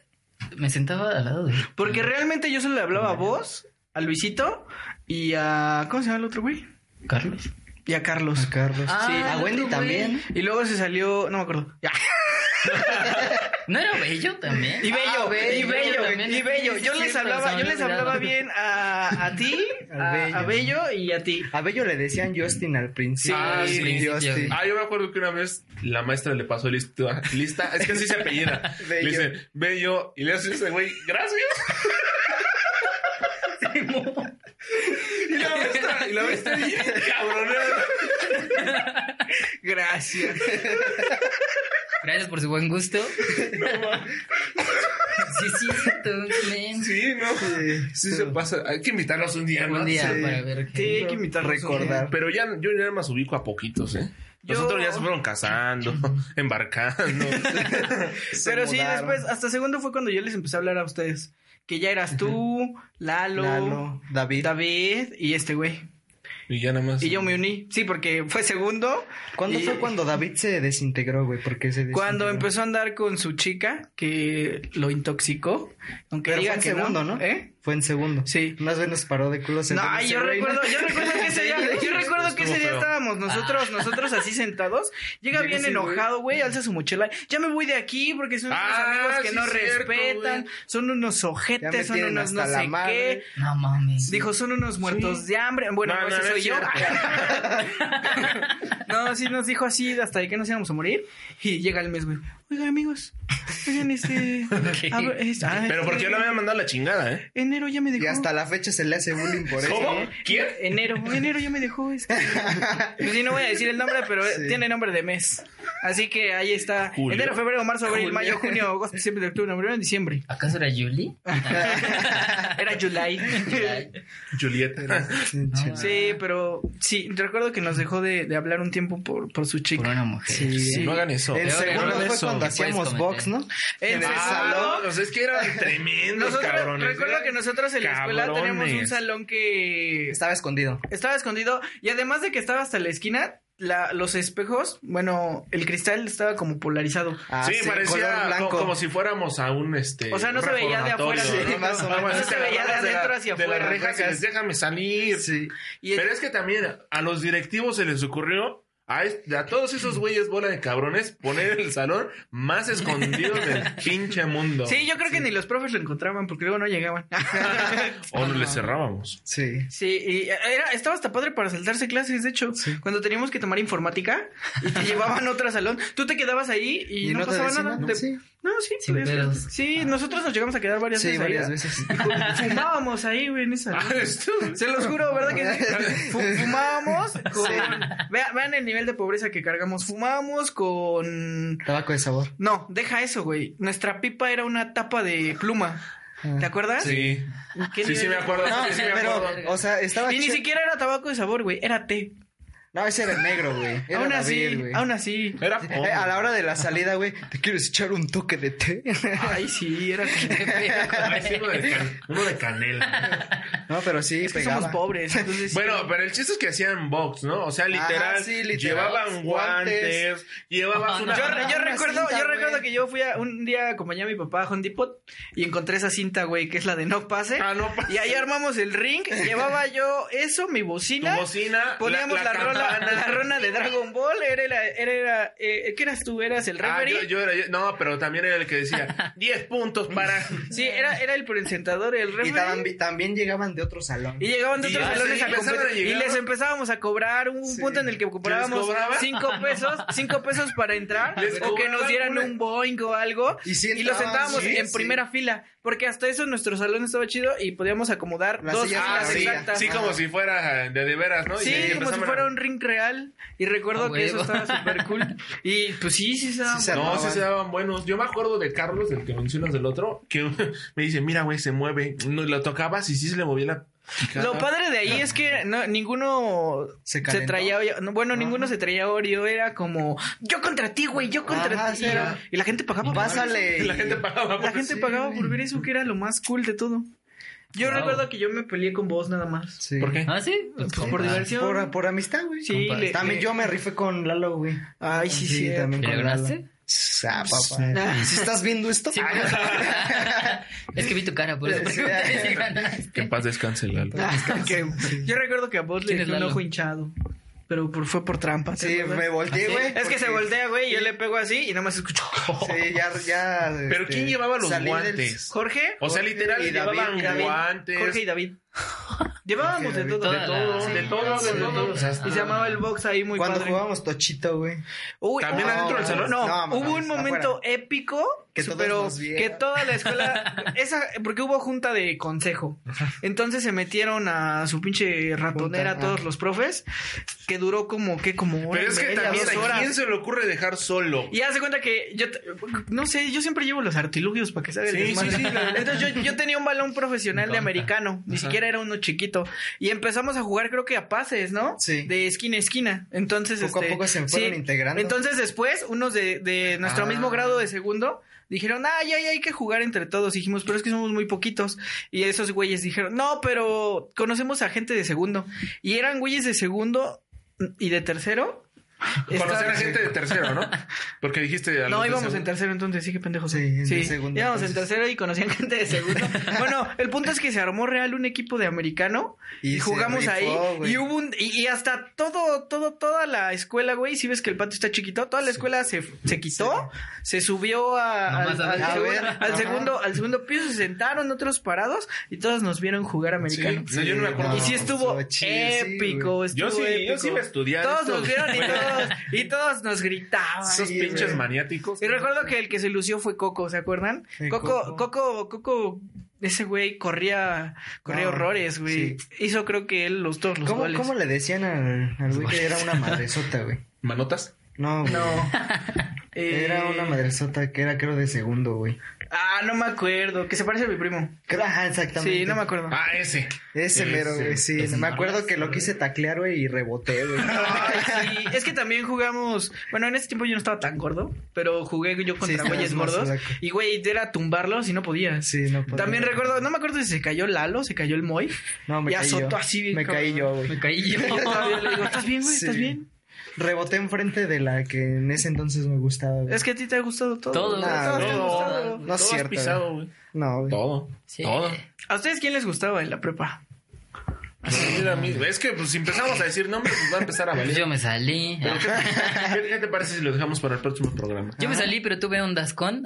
me sentaba al lado de. Porque realmente yo solo le hablaba a vos, a Luisito y a. ¿Cómo se llama el otro güey? Carlos. Y a Carlos. A Carlos. Ah, Sí. A el Wendy otro güey. también. Y luego se salió. No me acuerdo. Ya. ¿No era bello también? Y bello, Ah, y bello, también. y bello. Yo Sí, les cierto, se hablaba, me yo les había hablaba olvidado. bien a, a ti, Al a, a Bello y a ti. A Bello le decían Justin al principio. Ah, Al sí, principio, sí, Justin. sí. Ah, yo me acuerdo que una vez la maestra le pasó lista, lista es que así se apellida. le Bello. dice, bello, y le hace ese güey, gracias. y la maestra, y la maestra, bien cabronera. Gracias. Gracias por su buen gusto. sí, es cierto, men. Sí, no. Sí se pasa. Hay que invitarlos un día, ¿no? Un día Sí. para ver. Sí, hay que invitarlos. Recordar. Pero ya, yo ya nada más ubico a poquitos, ¿eh? Los Yo- otros ya se fueron casando, embarcando. Se Pero sí, mudaron. después, hasta segundo fue cuando yo les empecé a hablar a ustedes. Que ya eras tú, Lalo, Lalo, David. David y este güey. Y ya nada más. Y yo me uní. Sí, porque fue segundo. ¿Cuándo Y- fue cuando David se desintegró, güey? Porque se desintegró? Cuando empezó a andar con su chica, que lo intoxicó. Aunque Pero diga fue en que segundo, ¿no? ¿Eh? Fue en segundo. Sí. Más bien nos paró de culo. No, sentado ay, ese yo güey, ¿no? recuerdo, yo recuerdo que ese día, yo recuerdo que ese día feo. Ah. estábamos nosotros, nosotros así sentados. Llega Llegó bien ese güey. enojado, güey, alza su mochila. Ya me voy de aquí porque son unos Ah, amigos que sí no es cierto, respetan, güey. son unos Ya me ojetes, son tienen unos hasta no la sé qué. madre. No mames. Dijo, son unos muertos de hambre. Bueno, No, no, ese no soy es yo. cierto. no, sí nos dijo así hasta de que nos íbamos a morir. Y llega el mes, güey. Oigan, amigos. Oigan, este. a ver, es- ah, Pero este- porque yo la había mandado a la chingada, ¿eh? Enero ya me dejó. Y hasta la fecha se le hace bullying por eso. ¿eh? ¿Cómo? ¿Quién? Enero, enero ya me dejó. Es que- Pues sí, no voy a decir el nombre, pero Sí. tiene nombre de mes. Así que ahí está. Julio. Enero, febrero, marzo, abril, mayo, junio, agosto, septiembre, octubre, noviembre, diciembre. ¿Acaso era Julie? Era July. Julieta. Sí, sí. Sí, pero sí, recuerdo que nos dejó de, de hablar un tiempo por, por su Por chica. una mujer. Sí. No hagan eso. El Pero segundo no fue de eso. cuando Puedes hacíamos box, ¿no? En el Ah, salón. no, pues es que eran tremendos Nosotros, cabrones. ¿eh? recuerdo que nosotros en la escuela teníamos un Cabrones. salón que Estaba escondido. estaba escondido y además de que estaba hasta la esquina, la- los espejos, bueno, el cristal estaba como polarizado. Ah, sí, color parecía co- blanco. como, si fuéramos a un este. Ah, O sea, no se veía de reformatorio, afuera, sí, más o Algo menos. así, No se te veía de agarras la- adentro hacia de afuera, pues. las rejas y sacas. les déjame salir. Sí. Y Pero es que también a los directivos se les ocurrió a, est- a todos esos güeyes bola de cabrones poner el salón más escondido del pinche mundo. Sí, yo creo que ni los profes lo encontraban porque luego no llegaban. O no le cerrábamos. Sí. sí, y eh, era, estaba hasta padre para saltarse clases, de hecho. Cuando teníamos que tomar informática y te llevaban a otro salón, tú te quedabas ahí y, no, pasaba decían nada. Te- Sí, No, sí. Sin pues, pedos. Sí, nosotros nos llegamos a quedar varias sí veces. varias ahí. veces. Fumábamos ahí, güey, en esa. Ah, Ah, Se los juro, ¿verdad que sí? Fu- fumábamos con... Vea- vean el nivel de pobreza que cargamos. Fumábamos con... Tabaco de sabor. No, deja eso, güey. Nuestra pipa era una tapa de pluma. ¿Te acuerdas? Sí. ¿Qué Sí, sí, nivel me de acuerdo. No, sí, sí, me acuerdo. pero, o sea, estaba Y ni chido. siquiera era tabaco de sabor, güey, era té. No, ese era el negro, güey. Era aún David, así, güey. aún así. Era Eh, a la hora de la salida, güey, ¿te quieres echar un toque de té? Ay, sí, era Ay, sí, uno, de can- uno de canela. No, pero sí, Es que pegaba. somos pobres, entonces. sí. Bueno, pero el chiste es que hacían box, ¿no? O sea, literal, Ajá, sí, literal. llevaban guantes, llevaban Ajá, una... Yo, Ah, yo una recuerdo, cinta, yo güey. recuerdo que yo fui a un día acompañé a mi papá a Home Depot y encontré esa cinta, güey, que es la de no pase. Ah, no pase. Y ahí armamos el ring, llevaba yo eso, mi tu bocina. bocina, Poníamos la, rola, campana. la rola de Dragon Ball, era, era, era eh, ¿qué eras tú? ¿Eras el Ah, referee? yo, yo era... yo- no, pero también era el que decía, 10 puntos para... Sí, era, era el presentador, el Y referee. también, también llegaban de otro salón. Y llegaban de Y otros ya, salones sí, a empezaban competir. a Y llegar. les empezábamos a cobrar un punto en el que cobrábamos cobraba? cinco pesos, cinco pesos para entrar, Les o que nos cobraban dieran una- un boing o algo. Y sí los entraban, sentábamos sí, en sí. primera fila, porque hasta eso nuestro salón estaba chido y podíamos acomodar Las dos sillas Ah, filas sí, exactas. sí, como si fuera de de veras, ¿no? Y Sí, ahí como si empezaban a- fuera un ring real. Y recuerdo A que eso huevo. estaba súper cool. Y pues sí, sí, estaba Sí, se No, sí armaban. se daban buenos. Yo me acuerdo de Carlos, del que mencionas del otro, que me dice, mira, güey, se mueve. No, lo tocabas y sí se le movía la... picada. Lo padre de ahí es que no- ninguno Se se, calentó. traía, no, bueno, ninguno se traía Oreo, era como yo contra ti, güey, yo contra Ajá, ti. sí, era. Y la gente pagaba. Pásale. La gente pagaba. La gente pagaba por ver eso que era lo más cool de todo. Yo Wow. recuerdo que yo me peleé con vos nada más. Sí. ¿Por qué? ¿Ah, sí? Pues por Compa. diversión. Por, por amistad, güey. Sí, Compas. le- También le- yo me rifé con Lalo, güey. Ay, sí, sí. eh. también ¿Le con ganaste? Lalo. Ah, papá. Ah. Si estás viendo esto, Sí, pues. es que vi tu cara, por eso Sí. pregunté si ganaste. Que en paz descanse, Lalo. Ah, Que- yo recuerdo que a vos le ¿Quién es dejé un Lalo? ojo hinchado, pero por, fue por trampa. ¿te sí, acuerdas? ¿Ah, me volteé, güey. Es que porque- se voltea, güey, y yo le pego así y nada más escucho. Sí, ya, ya. Pero este, ¿quién llevaba los salí del- guantes? Jorge, O sea, literal, Y David, llevaban David, guantes. Jorge y David. Llevábamos de Jorge y David. todo. Toda la- de todo, de Sí. todo. O sea, Y se llamaba el box ahí muy Cuando padre. jugábamos Tochito, güey. Uy, ¿También hubo- adentro del salón? No, No, hubo un mames, momento épico Que todos superó nos vieran. que toda la escuela, esa, porque hubo junta de consejo. Entonces se metieron a su pinche ratonera Junta, todos ah. los profes, que duró como que como hora Pero y es que media, también dos a horas. quién se le ocurre dejar solo. Y hace cuenta que yo, t- no sé, yo siempre llevo los artilugios para que salga el Sí, desmadre. sí, sí, la neta. Entonces yo, yo tenía un balón profesional de americano, ni siquiera era uno chiquito. Y empezamos a jugar, creo que a pases, ¿no? Sí. De esquina a esquina. Entonces, Poco a este, poco se fueron integrando. Entonces después, unos de, de nuestro Ah. mismo grado de segundo. Dijeron, ay, ay, hay que jugar entre todos. Y dijimos, pero es que somos muy poquitos. Y esos güeyes dijeron, no, pero conocemos a gente de segundo. Y eran güeyes de segundo y de tercero. Conocer Estaban- a gente de tercero, ¿no? Porque dijiste... a los no, de íbamos en segundo. tercero entonces, sí, qué pendejo. Sí, Sí, en sí. segundo, íbamos en entonces. tercero y conocían gente de segundo. bueno, el punto es que se armó real un equipo de americano y, Y se jugamos rifó, ahí. güey. Y hubo un, y, y hasta todo, todo, toda la escuela, güey, si ves que el patio está chiquito, toda la escuela se, se quitó, se subió a- Nomás al, a al ver. A segundo, ver, al ajá. segundo, al segundo piso, se sentaron otros parados y todos nos vieron jugar americano. Sí, no, yo no me acuerdo. Y sí estuvo Estuvo chido, sí, épico, estuvo Yo sí, yo épico. sí iba a estudiar. Todos estos- nos vieron y todos, y todos nos gritaban. Esos Sí, pinches güey. maniáticos. Y recuerdo que el que se lució fue Coco, ¿se acuerdan? Sí, Coco, Coco. Coco, Coco, ese güey corría, corría No, horrores, güey. Hizo creo que él los todos los ¿Cómo, goles. cómo le decían al, al güey que era una madresota, güey? ¿Manotas? No, güey. No. Eh, Era una madresota que era, creo, de segundo, güey. Ah, no me acuerdo, que se parece a mi primo. Creo- Ajá, exactamente. Sí, no me acuerdo. Ah, ese. Ese mero, Ese. güey, sí. me acuerdo que lo quise taclear, güey, y reboté, güey. Ay, sí. Es que también jugamos. Bueno, en ese tiempo yo no estaba tan gordo, pero jugué yo contra estabas güeyes más gordos. flaco. Y güey, era tumbarlos y no podía. Sí, no podía. También recuerdo, no me acuerdo si se cayó Lalo, se cayó el Moy. No, me y caí azotó yo. así bien Me caí cabrón. yo, güey. Me caí yo. Yo todavía le digo, ¿estás bien, güey? ¿Estás Sí. bien? Reboté enfrente de la que en ese entonces me gustaba, güey. Es que a ti te ha gustado todo. Todo, Nah, todo. te ha gustado. No es Todo has cierto, pisado, güey. No, güey. Todo. Sí. Todo. ¿A ustedes quién les gustaba en la prepa? Sí, era mi- Es que pues si empezamos a decir nombres, pues va a empezar a Pues valer. yo me salí. Pero, ¿qué, qué- qué te parece si lo dejamos para el próximo programa? Yo me salí, pero tuve ondas con.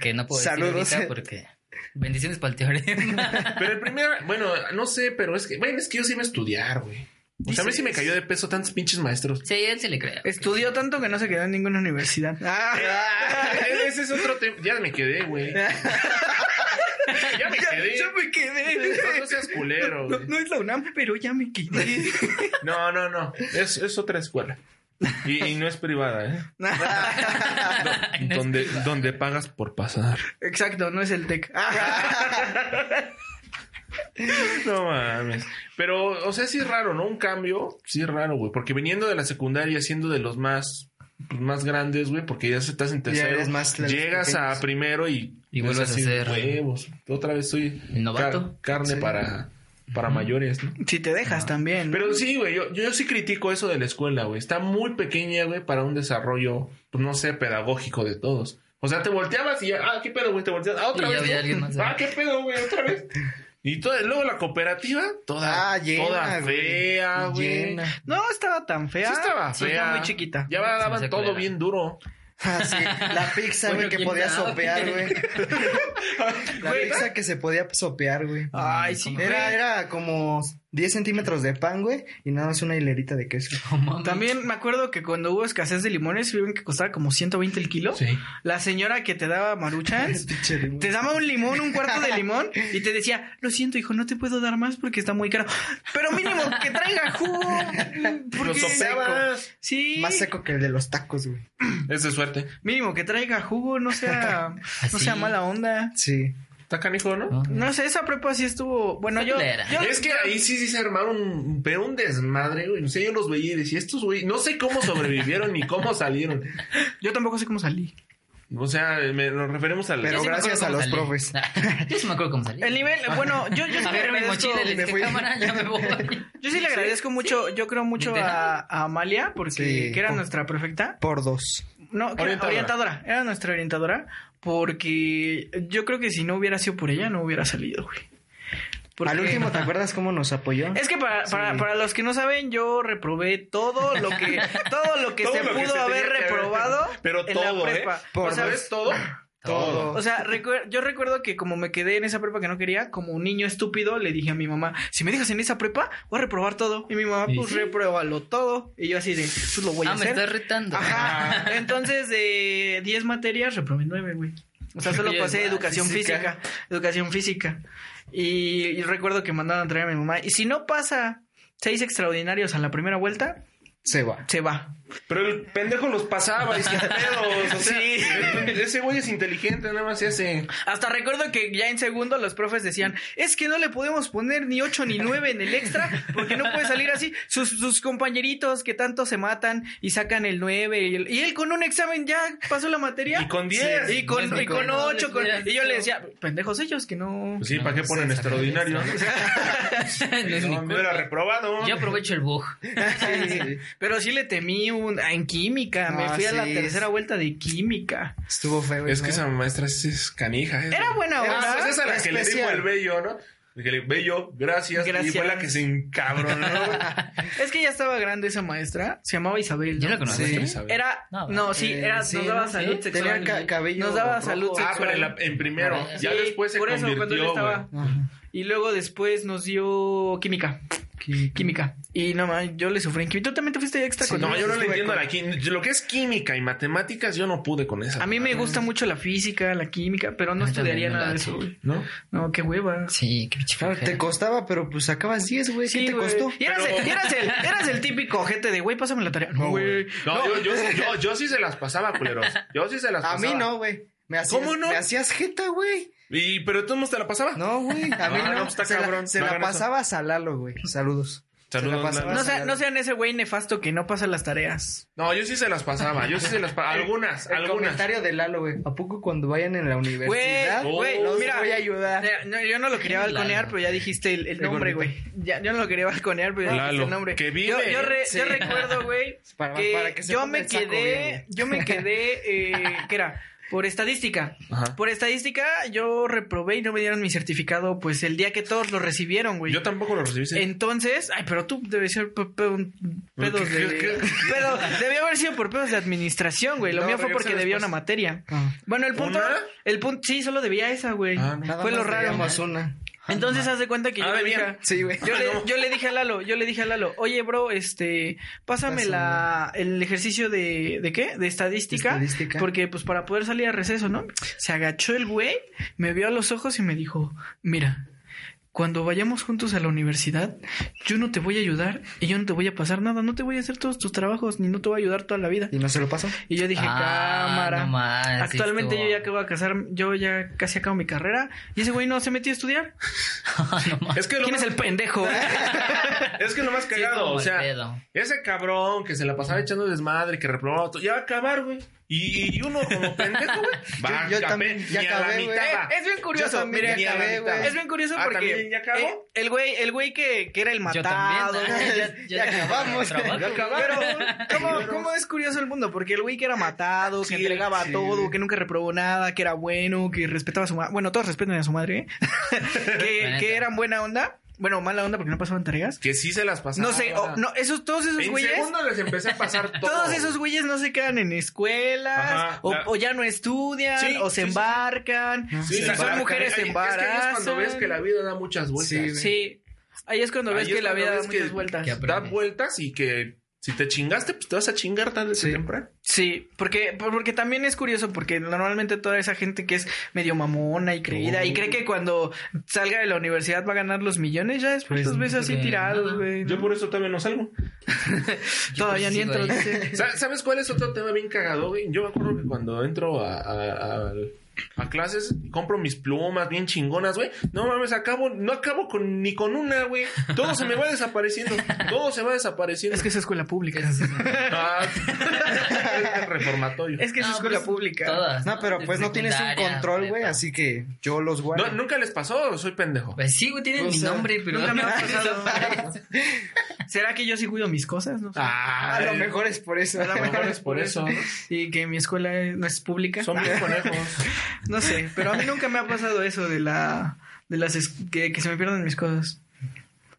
que no puedo Saludos. decir ahorita porque. Bendiciones para el teorema. Pero el primer, bueno, no sé, pero es que, bueno, es que yo sí iba a estudiar, güey. O sea, a mí sí me cayó de peso tantos pinches maestros. sí, él se le creo. Estudió tanto que no se quedó en ninguna universidad. Ah, Ese es otro tema. Ya me quedé, güey. Ya me quedé. yo me No, quedé. no seas culero, No, güey. no es la UNAM, pero ya me quedé. No, no, no. Es, es otra escuela. Y, y no es privada, ¿eh? No es donde, donde pagas por pasar. Exacto, no es el TEC. Ah. No mames. Pero, o sea, sí es raro, ¿no? Un cambio, sí es raro, güey. Porque viniendo de la secundaria, siendo de los más, pues, más grandes, güey, porque ya estás en tercero. eres más de los llegas a pequeños. primero y, Y vuelves es así, a ser- huevos. Otra vez soy Novato. car- carne Sí. para, para mayores, ¿no? si te dejas también. ¿no? Ah. Pero sí, güey, yo, yo sí critico eso de la escuela, güey. Está muy pequeña, güey, para un desarrollo, pues no sé, pedagógico de todos. O sea, te volteabas y ya, ah, qué pedo, güey, te volteabas, ah, otra Y ya vez. había ¿no? alguien más. Ah, qué pedo, güey, otra vez. Y todo, luego la cooperativa, toda, Ah, llena, toda güey. fea, güey. Llena. No estaba tan Sí fea. estaba Sí, fea. estaba muy chiquita. Ya Se me daban hacía todo culera. bien duro. Ah, sí. La pizza, Bueno, güey, que ¿quién podía sabe? sopear, güey. La pizza que se podía sopear, güey. Ay, sí. Era, Ah, güey. era como 10 centímetros de pan, güey, y nada más una hilerita de queso. No mames. También me acuerdo que cuando hubo escasez de limones, vieron que costaba como 120 el kilo. Sí. La señora que te daba maruchans Pinche limón. Te daba un limón, un cuarto de limón y te decía, lo siento, hijo, no te puedo dar más porque está muy caro. Pero mínimo que traiga jugo. Lo Porque... sopeabas. Sí. Más seco que el de los tacos, güey. Es de suerte. Mínimo que traiga jugo, no sea, no Así. sea mala onda. Sí. Está canijo, ¿no? No. No sé, esa prepa sí estuvo. Bueno, yo. Culera. yo- Es que ahí sí, sí se armaron un, pero un desmadre, güey. No sé, yo los veía y decía, estos, güey, no sé cómo sobrevivieron ni cómo salieron. yo tampoco sé cómo salí. O sea, me- nos referimos al... Pero Yo sí me gracias acuerdo a cómo los salí. Yo sí me acuerdo cómo salí. El nivel, bueno, yo, yo sí A le ver mi agradezco- mochila, le me dije, fui. cámara, ya me voy. Yo sí le agradezco mucho, yo creo mucho a, a Amalia, porque Sí. Oh. que era nuestra perfecta. Por dos. No, que era Orientadora. orientadora. Era nuestra orientadora. Porque yo creo que si no hubiera sido por ella, no hubiera salido, güey. Porque- Al último, ¿te acuerdas cómo nos apoyó? Es que para, para, Sí. para los que no saben, yo reprobé todo lo que, todo lo que Todo se lo que pudo haber se tenía que haber- reprobado Pero en todo, la prepa. ¿eh? O Por sea, ¿Sabes todo? Todo. O sea, recuer- yo recuerdo que como me quedé en esa prepa que no quería, como un niño estúpido, le dije a mi mamá, si me dejas en esa prepa, voy a reprobar todo. Y mi mamá, Y pues sí. repruébalo todo. Y yo así de, pues lo voy a Ah, me hacer. estás retando. Ajá. Entonces, de 10 materias, reprobé 9, güey. O sea, solo Oye, pasé va, educación física. física. Educación física. Y, y recuerdo que mandaron a traer a mi mamá. Y si no pasa seis extraordinarios a la primera vuelta, Se va. se va. Pero el pendejo los pasaba y sin pedos. O sea, ese güey es inteligente, nada más se hace. Hasta recuerdo que ya en segundo los profes decían, es que no le podemos poner ni ocho ni nueve en el extra porque no puede salir así. Sus, sus compañeritos que tanto se matan y sacan el 9 y, el- y él con un examen ya pasó la materia. Y con 10. Y con, y con No, ocho. les con- veas, y yo le no. decía, pendejos ellos que no... Pues sí, ¿para qué No, ponen se extraordinario? No es mi No, me hubiera culpa. reprobado. Yo aprovecho el bug. Sí. Pero sí le temí un, en química. Me Ah, fui a la sí. tercera vuelta de química. Estuvo feo. Es que ¿no? esa maestra sí es canija. ¿eh? Era buena Ah, onda. pues esa es la que le dijo especial. el bello, ¿no? El que le- bello, gracias. Y Gracias. fue la que se encabronó. Es que ya estaba grande esa maestra. Se llamaba Isabel. Yo ¿no? la conocí. Sí. Isabel. Era. No, No, sí, eh, era, sí, nos daba ¿no? salud Sí. sexual. Tenía ca- cabello Nos daba rojo. salud ah, sexual. pero en, la- en primero. Sí, ya Sí, después se por eso, cuando él convirtió, güey. estaba- Ajá. Y luego después nos dio química. Química. Y no más, yo le sufrí en química. Tú también te fuiste extra Sí, con No, yo no le Estuve entiendo con- la química. Lo que es química y matemáticas, yo no pude con esa. A mí me gusta mucho la física, la química, pero no A mí estudiaría también me nada de late. eso, güey. ¿No? No, qué hueva. Sí, qué pinche Claro, te flojera. costaba, pero pues sacabas 10, güey. ¿Qué Sí, te güey. costó? Y eras, Pero- y eras el, eras el típico ojete de, güey, pásame la tarea. No, güey. No, Yo, yo, yo, yo sí se las pasaba, culeros. Yo sí se las A pasaba. mí no, güey. Me hacías, ¿Cómo no? Me hacías jeta, güey. Y, pero tú no te la pasabas. No, güey. A mí Ah, no. no, está se cabrón. la, se No la hagan eso. pasabas a Lalo, güey. Saludos. Saludos, Se la pasabas Lalo. No, a sea- no sean ese güey nefasto que no pasa las tareas. No, yo sí se las pasaba. Yo sí se las pasaba. Algunas, El algunas. comentario de Lalo, güey. ¿A poco cuando vayan en la Güey, universidad? güey, los mira. eh, voy a ayudar. Mira, no, yo no lo quería Lalo. balconear, pero ya dijiste el, el nombre, güey. gordito. Ya, yo no lo quería balconear, pero ya dijiste Lalo, el nombre. que vive. Yo, yo re- Sí. yo recuerdo, güey, Para- que, para que se yo ponga me el saco bien, quedé, güey. yo me quedé, eh, ¿qué era? Por estadística. Ajá. Por estadística, yo reprobé y no me dieron mi certificado, pues el día que todos lo recibieron, güey. Yo tampoco lo recibí. sí. Entonces, ay, pero tú debes ser pe- pe- un- pedos ¿Qué- de. qué- qué? Pedo, debió haber sido por pedos de administración, güey. Lo No, mío fue porque regresa debía después. una materia. Ah. Bueno, el punto. ¿Una? El punto, sí, solo debía esa, güey. Ah, no. Nada fue lo más raro. teníamos una. Entonces, haz de cuenta que Ah, yo le, debía. dije, Sí, güey. yo, le, No. yo le dije a Lalo, yo le dije a Lalo, oye, bro, este, pásame Pásame. la, el ejercicio de, ¿de qué? De estadística, Estadística. Porque, pues, para poder salir a receso, ¿no? Se agachó el güey, me vio a los ojos y me dijo, mira, cuando vayamos juntos a la universidad, yo no te voy a ayudar y yo no te voy a pasar nada, no te voy a hacer todos tus trabajos ni no te voy a ayudar toda la vida. ¿Y no se lo pasó? Y yo dije, Ah, cámara. no más, sí Actualmente estuvo. yo ya acabo de casar, yo ya casi acabo mi carrera y ese güey no se metió a estudiar. No más. Es que lo ¿Quién más, es el pendejo? es que lo más Sí, cagado, como o el sea, pedo. ese cabrón que se la pasaba echando desmadre, que reprobaba todo, ya va a acabar, güey. Y, y uno como pendejo, güey, va Yo- yo a también, acabar, ya ni a la acabé, güey. mitad va. Eh, es bien curioso, Yo también mira, ya ni a la acabé, mitad. güey. Es bien curioso Ah, porque ¿también ya acabó? eh, el güey, el güey que, que era el Yo matado. también. ¿no? ah, ya- Ya acabamos. trabajo. Ya Pero, ¿cómo, cómo es curioso el mundo? Porque el güey que era matado, que Sí, entregaba sí. todo, que nunca reprobó nada, que era bueno, que respetaba a su madre. Bueno, todos respetan a su madre, ¿eh? que, neta. que eran buena onda. Bueno, mala onda porque no pasaban tareas. Que sí se las pasaba. No sé, o- no, esos, todos esos en güeyes. segundo les empecé a pasar todo. Todos esos güeyes no se quedan en escuelas, Ajá, o, la- o ya no estudian, Sí, o se sí, sí, sí. embarcan. Sí, si se son embarazan. mujeres, se Ahí- ahí- Es que ahí es embarazan. cuando ves que la vida da muchas vueltas. Sí, güey. Sí. Ahí es cuando Ahí ves es que la cuando vida da ves que- muchas vueltas. que- da aprendes. vueltas y que si te chingaste, pues te vas a chingar tarde Sí. o temprano. Sí, porque, porque también es curioso, porque normalmente toda esa gente que es medio mamona y creída y cree que cuando salga de la universidad va a ganar los millones, ya después Pues los ves no así creo tirados, nada. güey. Yo por eso también no salgo. Todavía ni pues, sigo entro. ahí. dice. Sa- ¿Sabes cuál es otro tema bien cagado, güey? Yo me acuerdo que cuando entro a, a- a- a clases, compro mis plumas bien chingonas, güey. No mames, acabo, no acabo con, ni con una, güey. Todo se me va desapareciendo. Todo se va desapareciendo. Es que es escuela pública. Ah, es el reformatorio. Es que es No, escuela pues, pública. Todas. No, pero De pues no tienes un secundaria, control, güey, prepa. así que yo los guardo. No, nunca les pasó, soy pendejo. Pues sí, güey, tienen O mi sea, nombre, pero Nunca me ha pasado. ¿Será que yo sí cuido mis cosas? No sé. Ah, a lo mejor es por eso. A lo a lo mejor es por eso. ¿no? Y que mi escuela eh, no es pública. Son bien conejos. No sé, pero a mí nunca me ha pasado eso de la de las es- que, que se me pierdan mis cosas.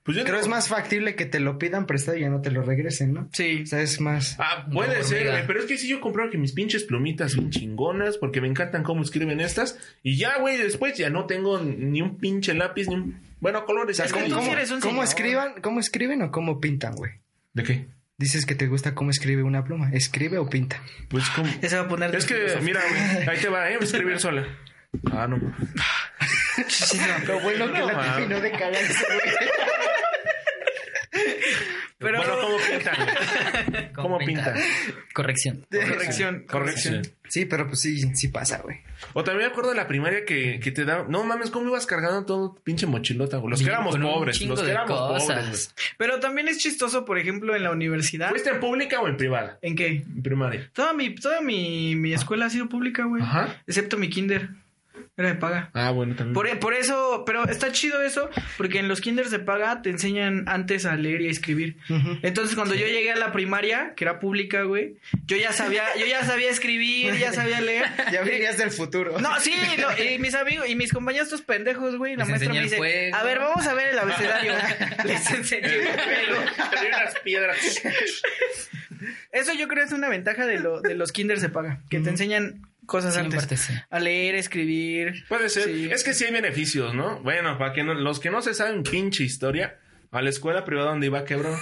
Pues yo Creo digo- es más factible que te lo pidan prestado y ya no te lo regresen, ¿no? Sí. O sea, es más. Ah, puede No, ser, hormiga. güey, pero es que si yo compraba que mis pinches plumitas son chingonas porque me encantan cómo escriben estas y ya, güey, después ya no tengo ni un pinche lápiz ni un... Bueno, colores. Es que ¿cómo- tú cómo? sí eres un señor. ¿Cómo escriban? ¿Cómo escriben o cómo pintan, güey? ¿De qué? Dices que te gusta cómo escribe una pluma. ¿Escribe o pinta? Pues como... Ya se va a poner. Es que, mira, güey, ahí te va, ¿eh? Voy a escribir sola. Ah, no. Lo bueno que No, la ma. terminó de cagarse, güey. Pero- Bueno, ¿cómo pintan? güey? ¿Cómo pintan? Corrección. Corrección. Corrección. Sí, pero pues sí, sí pasa, güey. O también me acuerdo de la primaria que, que te daban... No mames, ¿cómo ibas cargando todo pinche mochilota, güey? Los que Sí, éramos con un pobres, chingo los que de éramos pobres, cosas. güey. Pero también es chistoso, por ejemplo, en la universidad. ¿Fuiste en pública o en privada? ¿En qué? En primaria. Toda mi, toda mi, mi escuela ha sido pública, güey. Ajá. Excepto mi kinder. Era de paga. Ah, bueno, también. Por, por eso, pero está chido eso, porque en los kinders de paga te enseñan antes a leer y a escribir. Entonces, cuando yo llegué a la primaria, que era pública, güey, yo ya sabía, yo ya sabía escribir, ya sabía leer. Ya venías del futuro. No, sí, no, y mis amigos y mis compañeros estos pendejos, güey, la Les maestra me enseñó dice, el juego. a ver, vamos a ver el abecedario. Les enseñé el juego. Traía unas piedras. Eso yo creo es una ventaja de, lo, de los kinders se paga, que te enseñan cosas Sí, en antes. parte sí. A leer, escribir. Puede ser. Sí. Es que sí hay beneficios, ¿no? Bueno, para que no- los que no se saben pinche historia, a la escuela privada donde iba quebró.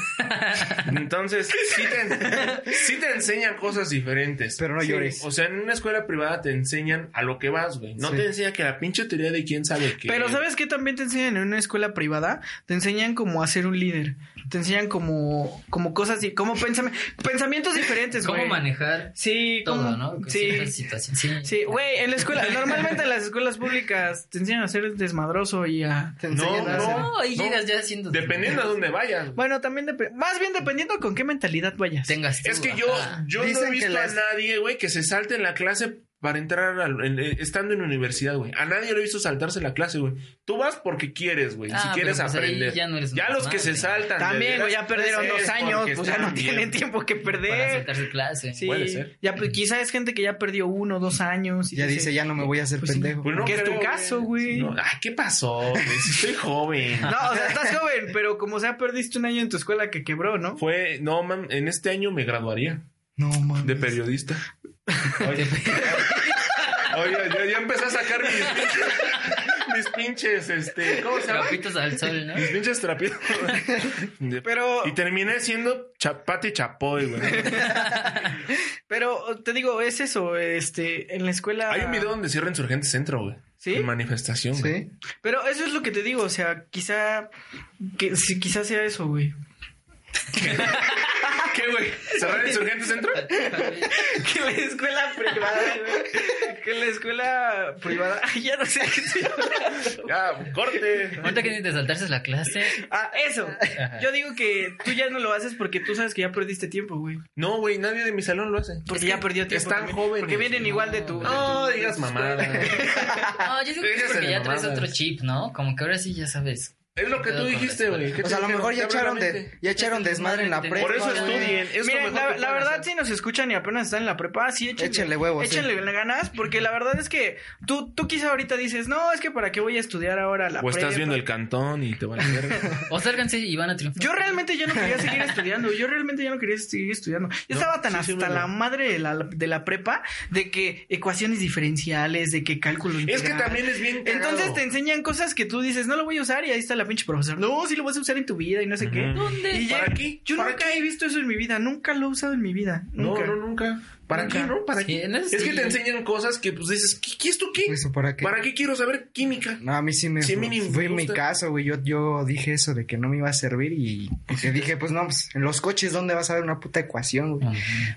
Entonces, sí te, sí te enseñan cosas diferentes. Pero no Sí. llores. O sea, en una escuela privada te enseñan a lo que vas, güey. No Sí. te enseña que la pinche teoría de quién sabe qué. Pero ¿sabes qué también te enseñan en una escuela privada? Te enseñan cómo hacer un líder. Te enseñan como, como cosas y como pensami- pensamientos diferentes, ¿Cómo güey. manejar Sí, todo, cómo- no? Sí. Cierta situación. Sí. Sí, güey, en la escuela, normalmente en las escuelas públicas te enseñan a ser desmadroso y a... Te No, enseñan a hacer- no. No, ahí llegas ya haciendo. Dependiendo a dónde vayas. güey. Bueno, también depende, más bien dependiendo con qué mentalidad vayas. Tengas tú, Es que yo, ajá. yo no Dicen he que visto las- a nadie, güey, que se salte en la clase para entrar al- en- eh, estando en universidad, güey. A nadie lo he visto saltarse la clase, güey. Tú vas porque quieres, güey. Ah, si quieres pero, pues, ahí aprender. ya no eres una los que madre. se saltan. de También, güey, veras, ya perdieron es dos años, porque pues ya no están bien. tienen tiempo que Para perder. saltarse clase. Sí, Puede ser. ya pues, quizá es gente que ya perdió uno, dos años. y Ya dice, ya no me voy a hacer Pues sí. pendejo. Pues Que es tu creo, caso, güey. No, ay, ¿qué pasó? güey? Si estoy joven. No, o sea, estás joven, pero como sea, perdiste un año en tu escuela que quebró, ¿no? Fue, no, mam, en este año me graduaría No, mames. de periodista. Oye, oye, yo, yo empecé a sacar mis pinches, mis pinches, este, ¿cómo se llama? Trapitos al sol, ¿no? Mis pinches trapitos. Pero, Y terminé siendo chapate chapoy, güey. pero te digo, es eso, este, en la escuela. Hay un video donde cierra Insurgente Centro, güey. ¿Sí? En manifestación, güey. Sí. Pero eso es lo que te digo, o sea, quizá, que, sí, quizá sea eso, güey. ¿Qué, güey? ¿Cerrar Insurgente Centro? Que la escuela privada, güey. Que la escuela privada. Ay, ya no sé qué estoy hablando. Ya, corte. Ahorita que te saltarse la clase. Ah, eso. Yo digo que tú ya no lo haces porque tú sabes que ya perdiste tiempo, güey. No, güey, nadie de mi salón lo hace. Porque ya perdió tiempo. están también. jóvenes. Porque vienen igual de tu. No de tu- de digas tu mamada. escuela. No, yo digo que es Déjase porque de ya traes mamadas. otro chip, ¿no? Como que ahora sí ya sabes. Es lo que tú Pero con dijiste, la güey. ¿Qué O te sea, a lo dijeron? mejor ya Te abre la echaron, de, mente. ya echaron desmadre en la Por prepa. Por eso güey. estudien. Es lo Miren, mejor la, que la pueden verdad, hacer. si nos escuchan y apenas están en la prepa, sí, échenle, Échenle huevos, Échenle ganas, porque la verdad es que tú, tú quizá ahorita dices, no, es que para qué voy a estudiar ahora la O estás prepa". viendo el cantón y te van a ver. O sálganse y van a triunfar. Yo realmente ya no quería seguir estudiando. Yo realmente ya no quería seguir estudiando. Yo estaba tan sí, sí, hasta me- la madre de la, de la prepa de que ecuaciones diferenciales, de que cálculo es que integral. también es bien cagado. Entonces te enseñan cosas que tú dices, no lo voy a usar y ahí está la pinche profesor. No, sí lo vas a usar en tu vida y no sé qué. Ujú. ¿Dónde? Y ya- ¿Para qué? Yo ¿Para nunca he visto eso en mi vida. Nunca lo he usado en mi vida. No, Nunca. no, nunca. ¿Para Nunca. qué, no? ¿Para Sí, qué? no, Es que sí. te enseñan cosas que pues dices, ¿qué, qué esto qué? Pues, Pues, ¿Eso para qué? ¿Para qué quiero saber química? No, a mí sí me Sí, fue, mínimo, fue me mi gusta. caso, güey. Yo, yo dije eso de que no me iba a servir y y te dije, pues no, pues, en los coches, ¿dónde vas a ver una puta ecuación, güey?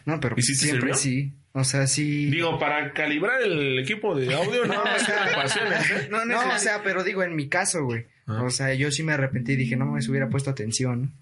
No, pero Ah. ¿Y sí te siempre sirvió? sí. O sea, sí. Digo, para calibrar el equipo de audio, no, o es que sea, te pasiones, ¿eh? No, o sea, pero digo, en mi caso, güey. Ah. O sea, yo sí me arrepentí y dije, no me hubiera puesto atención. ¿no?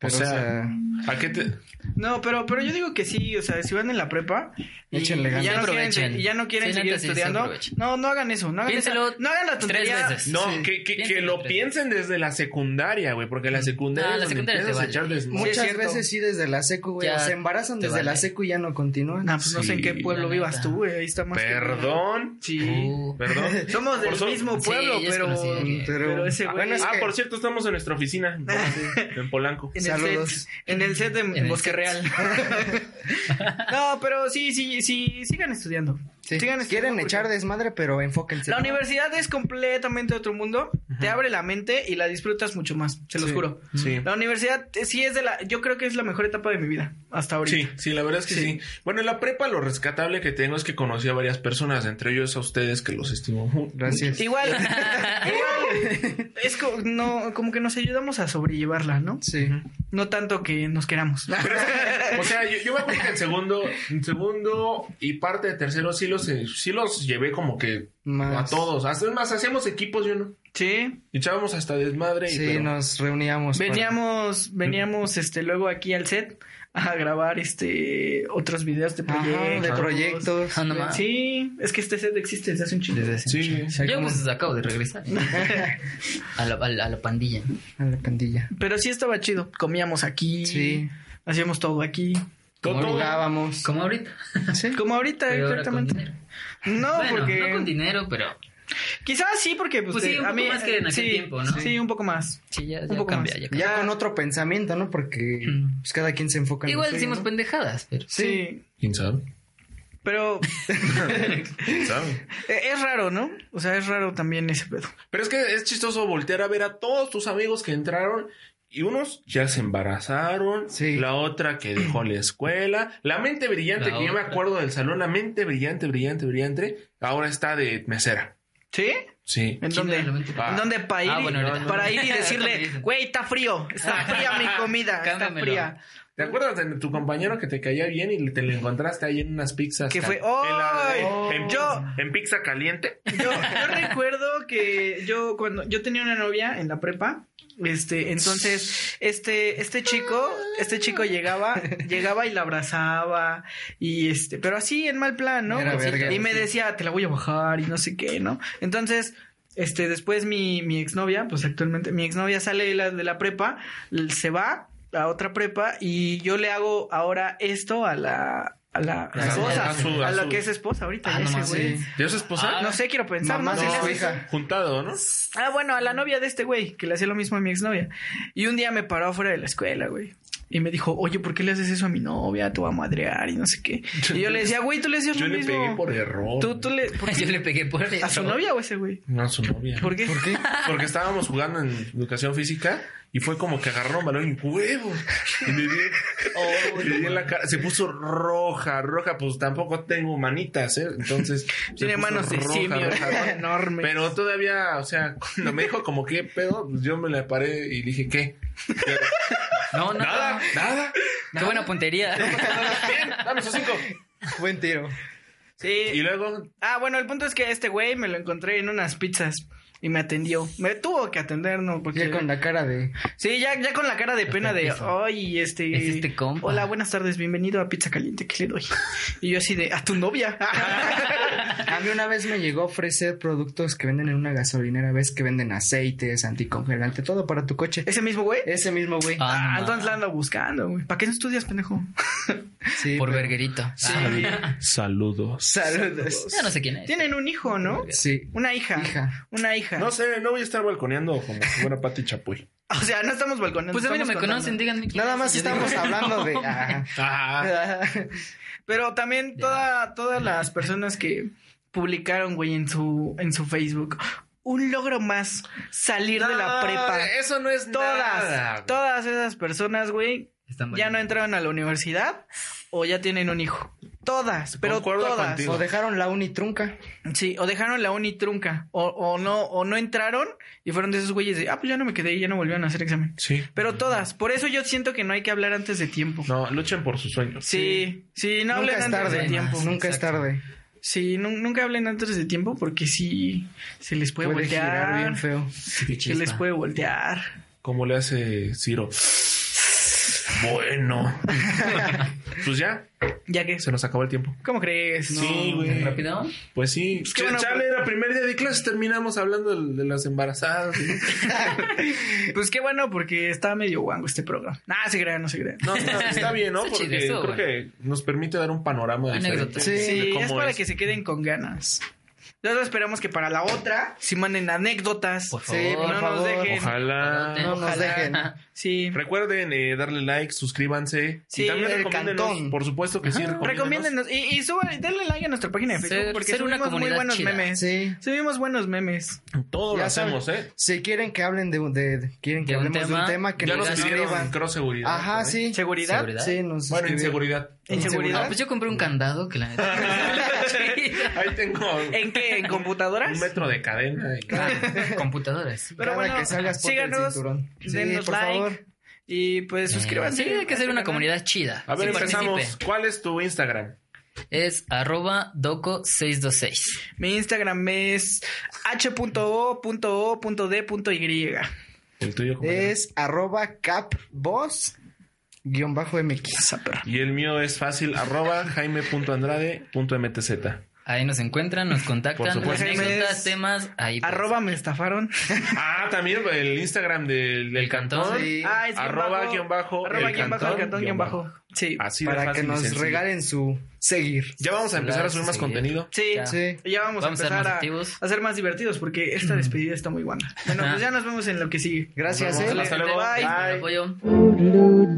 Pero, o sea, ¿a qué te...? No, pero, pero yo digo que sí, o sea, si van en la prepa y, Échenle y ganas. ya, no quieren, Aprovechen. y ya no quieren Sí, seguir neta, sí, sí, estudiando, aprovechen. no, no hagan eso, no hagan, esa- Piénselo no hagan la tres tontería. veces. No, Sí. que, que- que Piénsenlo lo tres piensen desde la secundaria, güey, porque la secundaria Ah, es la donde secundaria te empiezas a vale. echar desmadre. Sí, es Muchas cierto. veces sí desde la secu, güey. Ya Se embarazan te desde la vale. secu y ya no continúan. No, pues no sé en qué Sí, pueblo la vivas neta. tú, güey, ahí está más. que- Perdón. Sí. Uh. Perdón. Somos del Por so- mismo Sí, pueblo, yo sí pero, conocí a alguien. pero Pero- ese Ah, güey. bueno, es Ah, que- por cierto, estamos en nuestra oficina, en Polanco, en Polanco. En Saludos. El set, en el set de el Bosque set. Real. no, pero sí, sí, sí, sigan estudiando. Sí. Sigan estudiando Quieren porque echar desmadre, pero enfóquense. La universidad es completamente otro mundo, te abre la mente y la disfrutas mucho más, se los Sí. juro. Sí. La universidad eh, sí es de la, yo creo que es la mejor etapa de mi vida hasta ahorita. Sí, sí, la verdad es que sí. Bueno, en la prepa lo rescatable que tengo es que conocí a varias personas, entre ellos a ustedes que los estimo. mu- Gracias. Igual, igual, es como, no, como que nos ayudamos a sobrellevarla, ¿no? Sí. No tanto que nos queramos. O sea, yo, yo me acuerdo que en segundo, en segundo y parte de tercero sí los, eh, sí los llevé como que Más. a todos. Hasta es más, hacíamos equipos, yo no. Sí, Echábamos hasta desmadre. y Sí, pero- nos reuníamos. para- veníamos, veníamos, este, luego aquí al set a grabar, este, otros videos de Ajá, proyectos. de proyectos. Ah, no mames. Sí, es que este set existe desde hace un chingo. Desde hace Sí. mucho. O sea, Yo como- pues acabo de regresar. A la, a la- a la pandilla. A la pandilla. Pero sí estaba chido, comíamos aquí, Sí. hacíamos todo aquí. Todo- todo- Jugábamos. Como ahorita. Sí. Como ahorita, Pero ahora con exactamente. dinero. No, Bueno, porque. no con dinero, pero Quizás sí, porque. Pues sí, te- un a poco mí, más que en aquel sí, tiempo, ¿no? Sí, un poco más. sí, ya, Un ya poco cambia, más. ya cambia. Ya con otro pensamiento, ¿no? Porque Mm. pues, cada quien se enfoca en lo Igual suyo, decimos ¿no? pendejadas, pero Sí. ¿Quién sabe? Pero ¿Quién sabe? eh, es raro, ¿no? O sea, es raro también ese pedo. Pero es que es chistoso voltear a ver a todos tus amigos que entraron y unos ya se embarazaron, Sí. la otra que dejó la escuela, la mente brillante, La que yo me otra. acuerdo del salón, la mente brillante, brillante, brillante, ahora está de mesera. ¿Sí? Sí. ¿En ¿Quién dónde? era la mente? ¿En dónde para ir, Ah, bueno, ahorita. para ir y Ahorita me decirle, dicen. güey, está frío, está fría mi comida, está Cámbiamelo. fría? ¿Te acuerdas de tu compañero que te caía bien y te lo encontraste ahí en unas pizzas? Que cal- fue- en la- ¡Ay! en, en- Yo- en pizza caliente. Yo, yo recuerdo que yo cuando yo tenía una novia en la prepa, este, entonces este este chico, este chico llegaba, llegaba y la abrazaba y este, pero así en mal plan, ¿no? Era verga. y me decía, "Te la voy a bajar" y no sé qué, ¿no? Entonces este, después mi, mi exnovia, pues actualmente mi exnovia sale de la, de la prepa, l- se va a otra prepa y yo le hago ahora esto a la, a la, a la A su- esposa, a su- a a la su- que es esposa ahorita, Ah, ya no ese mames. güey. Sí. ¿De su esposa? Ah, No sé, quiero pensar. Mamá no, de Sí, su le hace hija. Juntado, ¿no? Ah, bueno, a la novia de este güey, que le hacía lo mismo a mi exnovia. Y un día me paró afuera de la escuela, güey. Y me dijo, oye, ¿por qué le haces eso a mi novia? Te va a madrear y no sé qué. Y yo le decía, güey, tú le hacías Yo lo le mismo. pegué por error. Tú, tú le... ¿por qué? yo le pegué por ¿A su eso. novia o a ese güey? No, a su novia. ¿Por qué? ¿Por qué? Porque estábamos jugando en educación física y fue como que agarró un balón y huevo. Y le di, Oh, le di en la cara. Se puso roja, roja. Pues tampoco tengo manitas, ¿eh? Entonces. se Tiene puso manos de simio, roja. enorme. Pero todavía, o sea, cuando me dijo como qué pedo, pues yo me la paré y dije, ¿qué? No, no. Nada, nada. Qué buena puntería. Bien, dame esos cinco. Buen tiro. Y Sí. luego, Ah, bueno, el punto es que este güey me lo encontré en unas pizzas. Y me atendió. Me tuvo que atender, ¿no? Porque... Ya con la cara de. Sí, ya, ya con la cara de pena de, Eso. ay, este... Es este compa". Hola, buenas tardes, bienvenido a Pizza Caliente, ¿qué le doy? Y yo así de, a tu novia. A mí una vez me llegó a ofrecer productos que venden en una gasolinera. Ves que venden aceites, anticongelante, todo para tu coche. ¿Ese mismo güey? Ese mismo güey. Ah, no Ah, mames. Ah, entonces la ando buscando, güey. ¿Para qué no estudias, pendejo? Sí, por pero- verguerito. Ah, Sí. saludos. Saludos. ya no sé quién es. Tienen un hijo, ¿no? Sí. Una hija. Hija. Una hija. No sé, no voy a estar balconeando como si fuera Pati Chapoy. O sea, no estamos balconeando. Pues a mí no estamos me contando. conocen, díganme quién Nada es. más Yo digo, estamos no. hablando de. ah, Ah, ah, Pero también toda, todas las personas que publicaron, güey, en su, en su Facebook. Un logro más. Salir de la No, prepa. Ah, Eso no es Todas, nada. todas esas personas, güey, Están ya no valientes. entraron a la universidad o ya tienen un hijo. Todas, pero Concuerdo todas. contigo. o dejaron la uni trunca. Sí, o dejaron la uni trunca, o, o no, o no entraron y fueron de esos güeyes de, ah, pues ya no me quedé y ya no volvieron a hacer examen. Sí. Pero todas, por eso yo siento que no hay que hablar antes de tiempo. No, luchen por sus sueños. Sí, sí, no nunca hablen es antes tarde. de tiempo. Nunca es Exacto. tarde. Sí, nun- nunca hablen antes de tiempo porque sí se les puede, Puede girar voltear. bien feo. Sí, qué se les chispa. puede voltear. Como le hace Ciro. Bueno. pues ya, ¿Ya qué? se nos acabó el tiempo. ¿Cómo crees? Sí, güey. ¿Tan rápido? Pues sí. qué Ch- bueno, chale, pues- era primer día de clases, terminamos hablando de, de las embarazadas. ¿sí? Pues qué bueno, porque está medio guango este programa. Nah, se crea, no se crea. No, está, está bien, ¿no? Está chido, Porque estuvo creo que nos permite dar un panorama Anécdota. diferente. Sí, de cómo es para que se queden con ganas. Nosotros esperamos que para la otra si manden anécdotas. Por Sí, favor. por no nos favor. dejen. Ojalá. No nos dejen. Sí. Recuerden eh, darle like, suscríbanse. Sí, y también el recomiéndennos, cantón. por supuesto que sí. recomiéndenos. Recomiéndenos y, y suban, denle like a nuestra página de Ser- Facebook porque ser una subimos muy comunidad buenos chida. memes. Sí. Subimos buenos memes. Todo lo Ya saben. hacemos, ¿eh? Si quieren que hablen de, de- de- quieren que De un hablemos de tema, un tema que ya nos nos pidieron escriban. cross seguridad. Ajá, sí. ¿Seguridad? Seguridad. Sí, nos Bueno, escribieron. inseguridad. Ah, ¿Inseguridad? pues yo compré un candado que la neta. Ahí tengo ¿En qué? ¿En un computadoras? metro de cadena. y- Computadoras. Ah, sí. Pero Cada bueno, que salgas ponte el síganos, cinturón. Sí, denos por like. favor. Y pues suscríbanse. Eh, Sí, hay que ser una Canal. comunidad chida. A ver, Sí, empezamos. participe. ¿Cuál es tu Instagram? Es arroba doco626. Mi Instagram es h.o.o.d.y. El tuyo. compañero. Es arroba capboss guión bajo MX. Esa perra. Y el mío es fácil, arroba jaime.andrade.mtz. Ahí nos encuentran, nos Por contactan, supuesto. anécdotas, temas, ahí. pues. Arroba me estafaron. Ah, también el Instagram del, del El cantón. cantón. Sí. Ah, es guión Arroba bajo, guión bajo, Arroba el guión bajo, el cantón, cantón guión guión bajo. Sí. Así de para fácil que y nos sencillo. regalen su seguir. Ya vamos a empezar a subir más Sí. contenido. Sí, Ya. Sí. ya vamos, Vamos a a ser empezar más a, activos. a ser más divertidos porque esta despedida está muy buena. Bueno, pues ya nos vemos en lo que sigue. Gracias, Nos eh. vemos. Hasta luego. Bye. Gracias por el apoyo.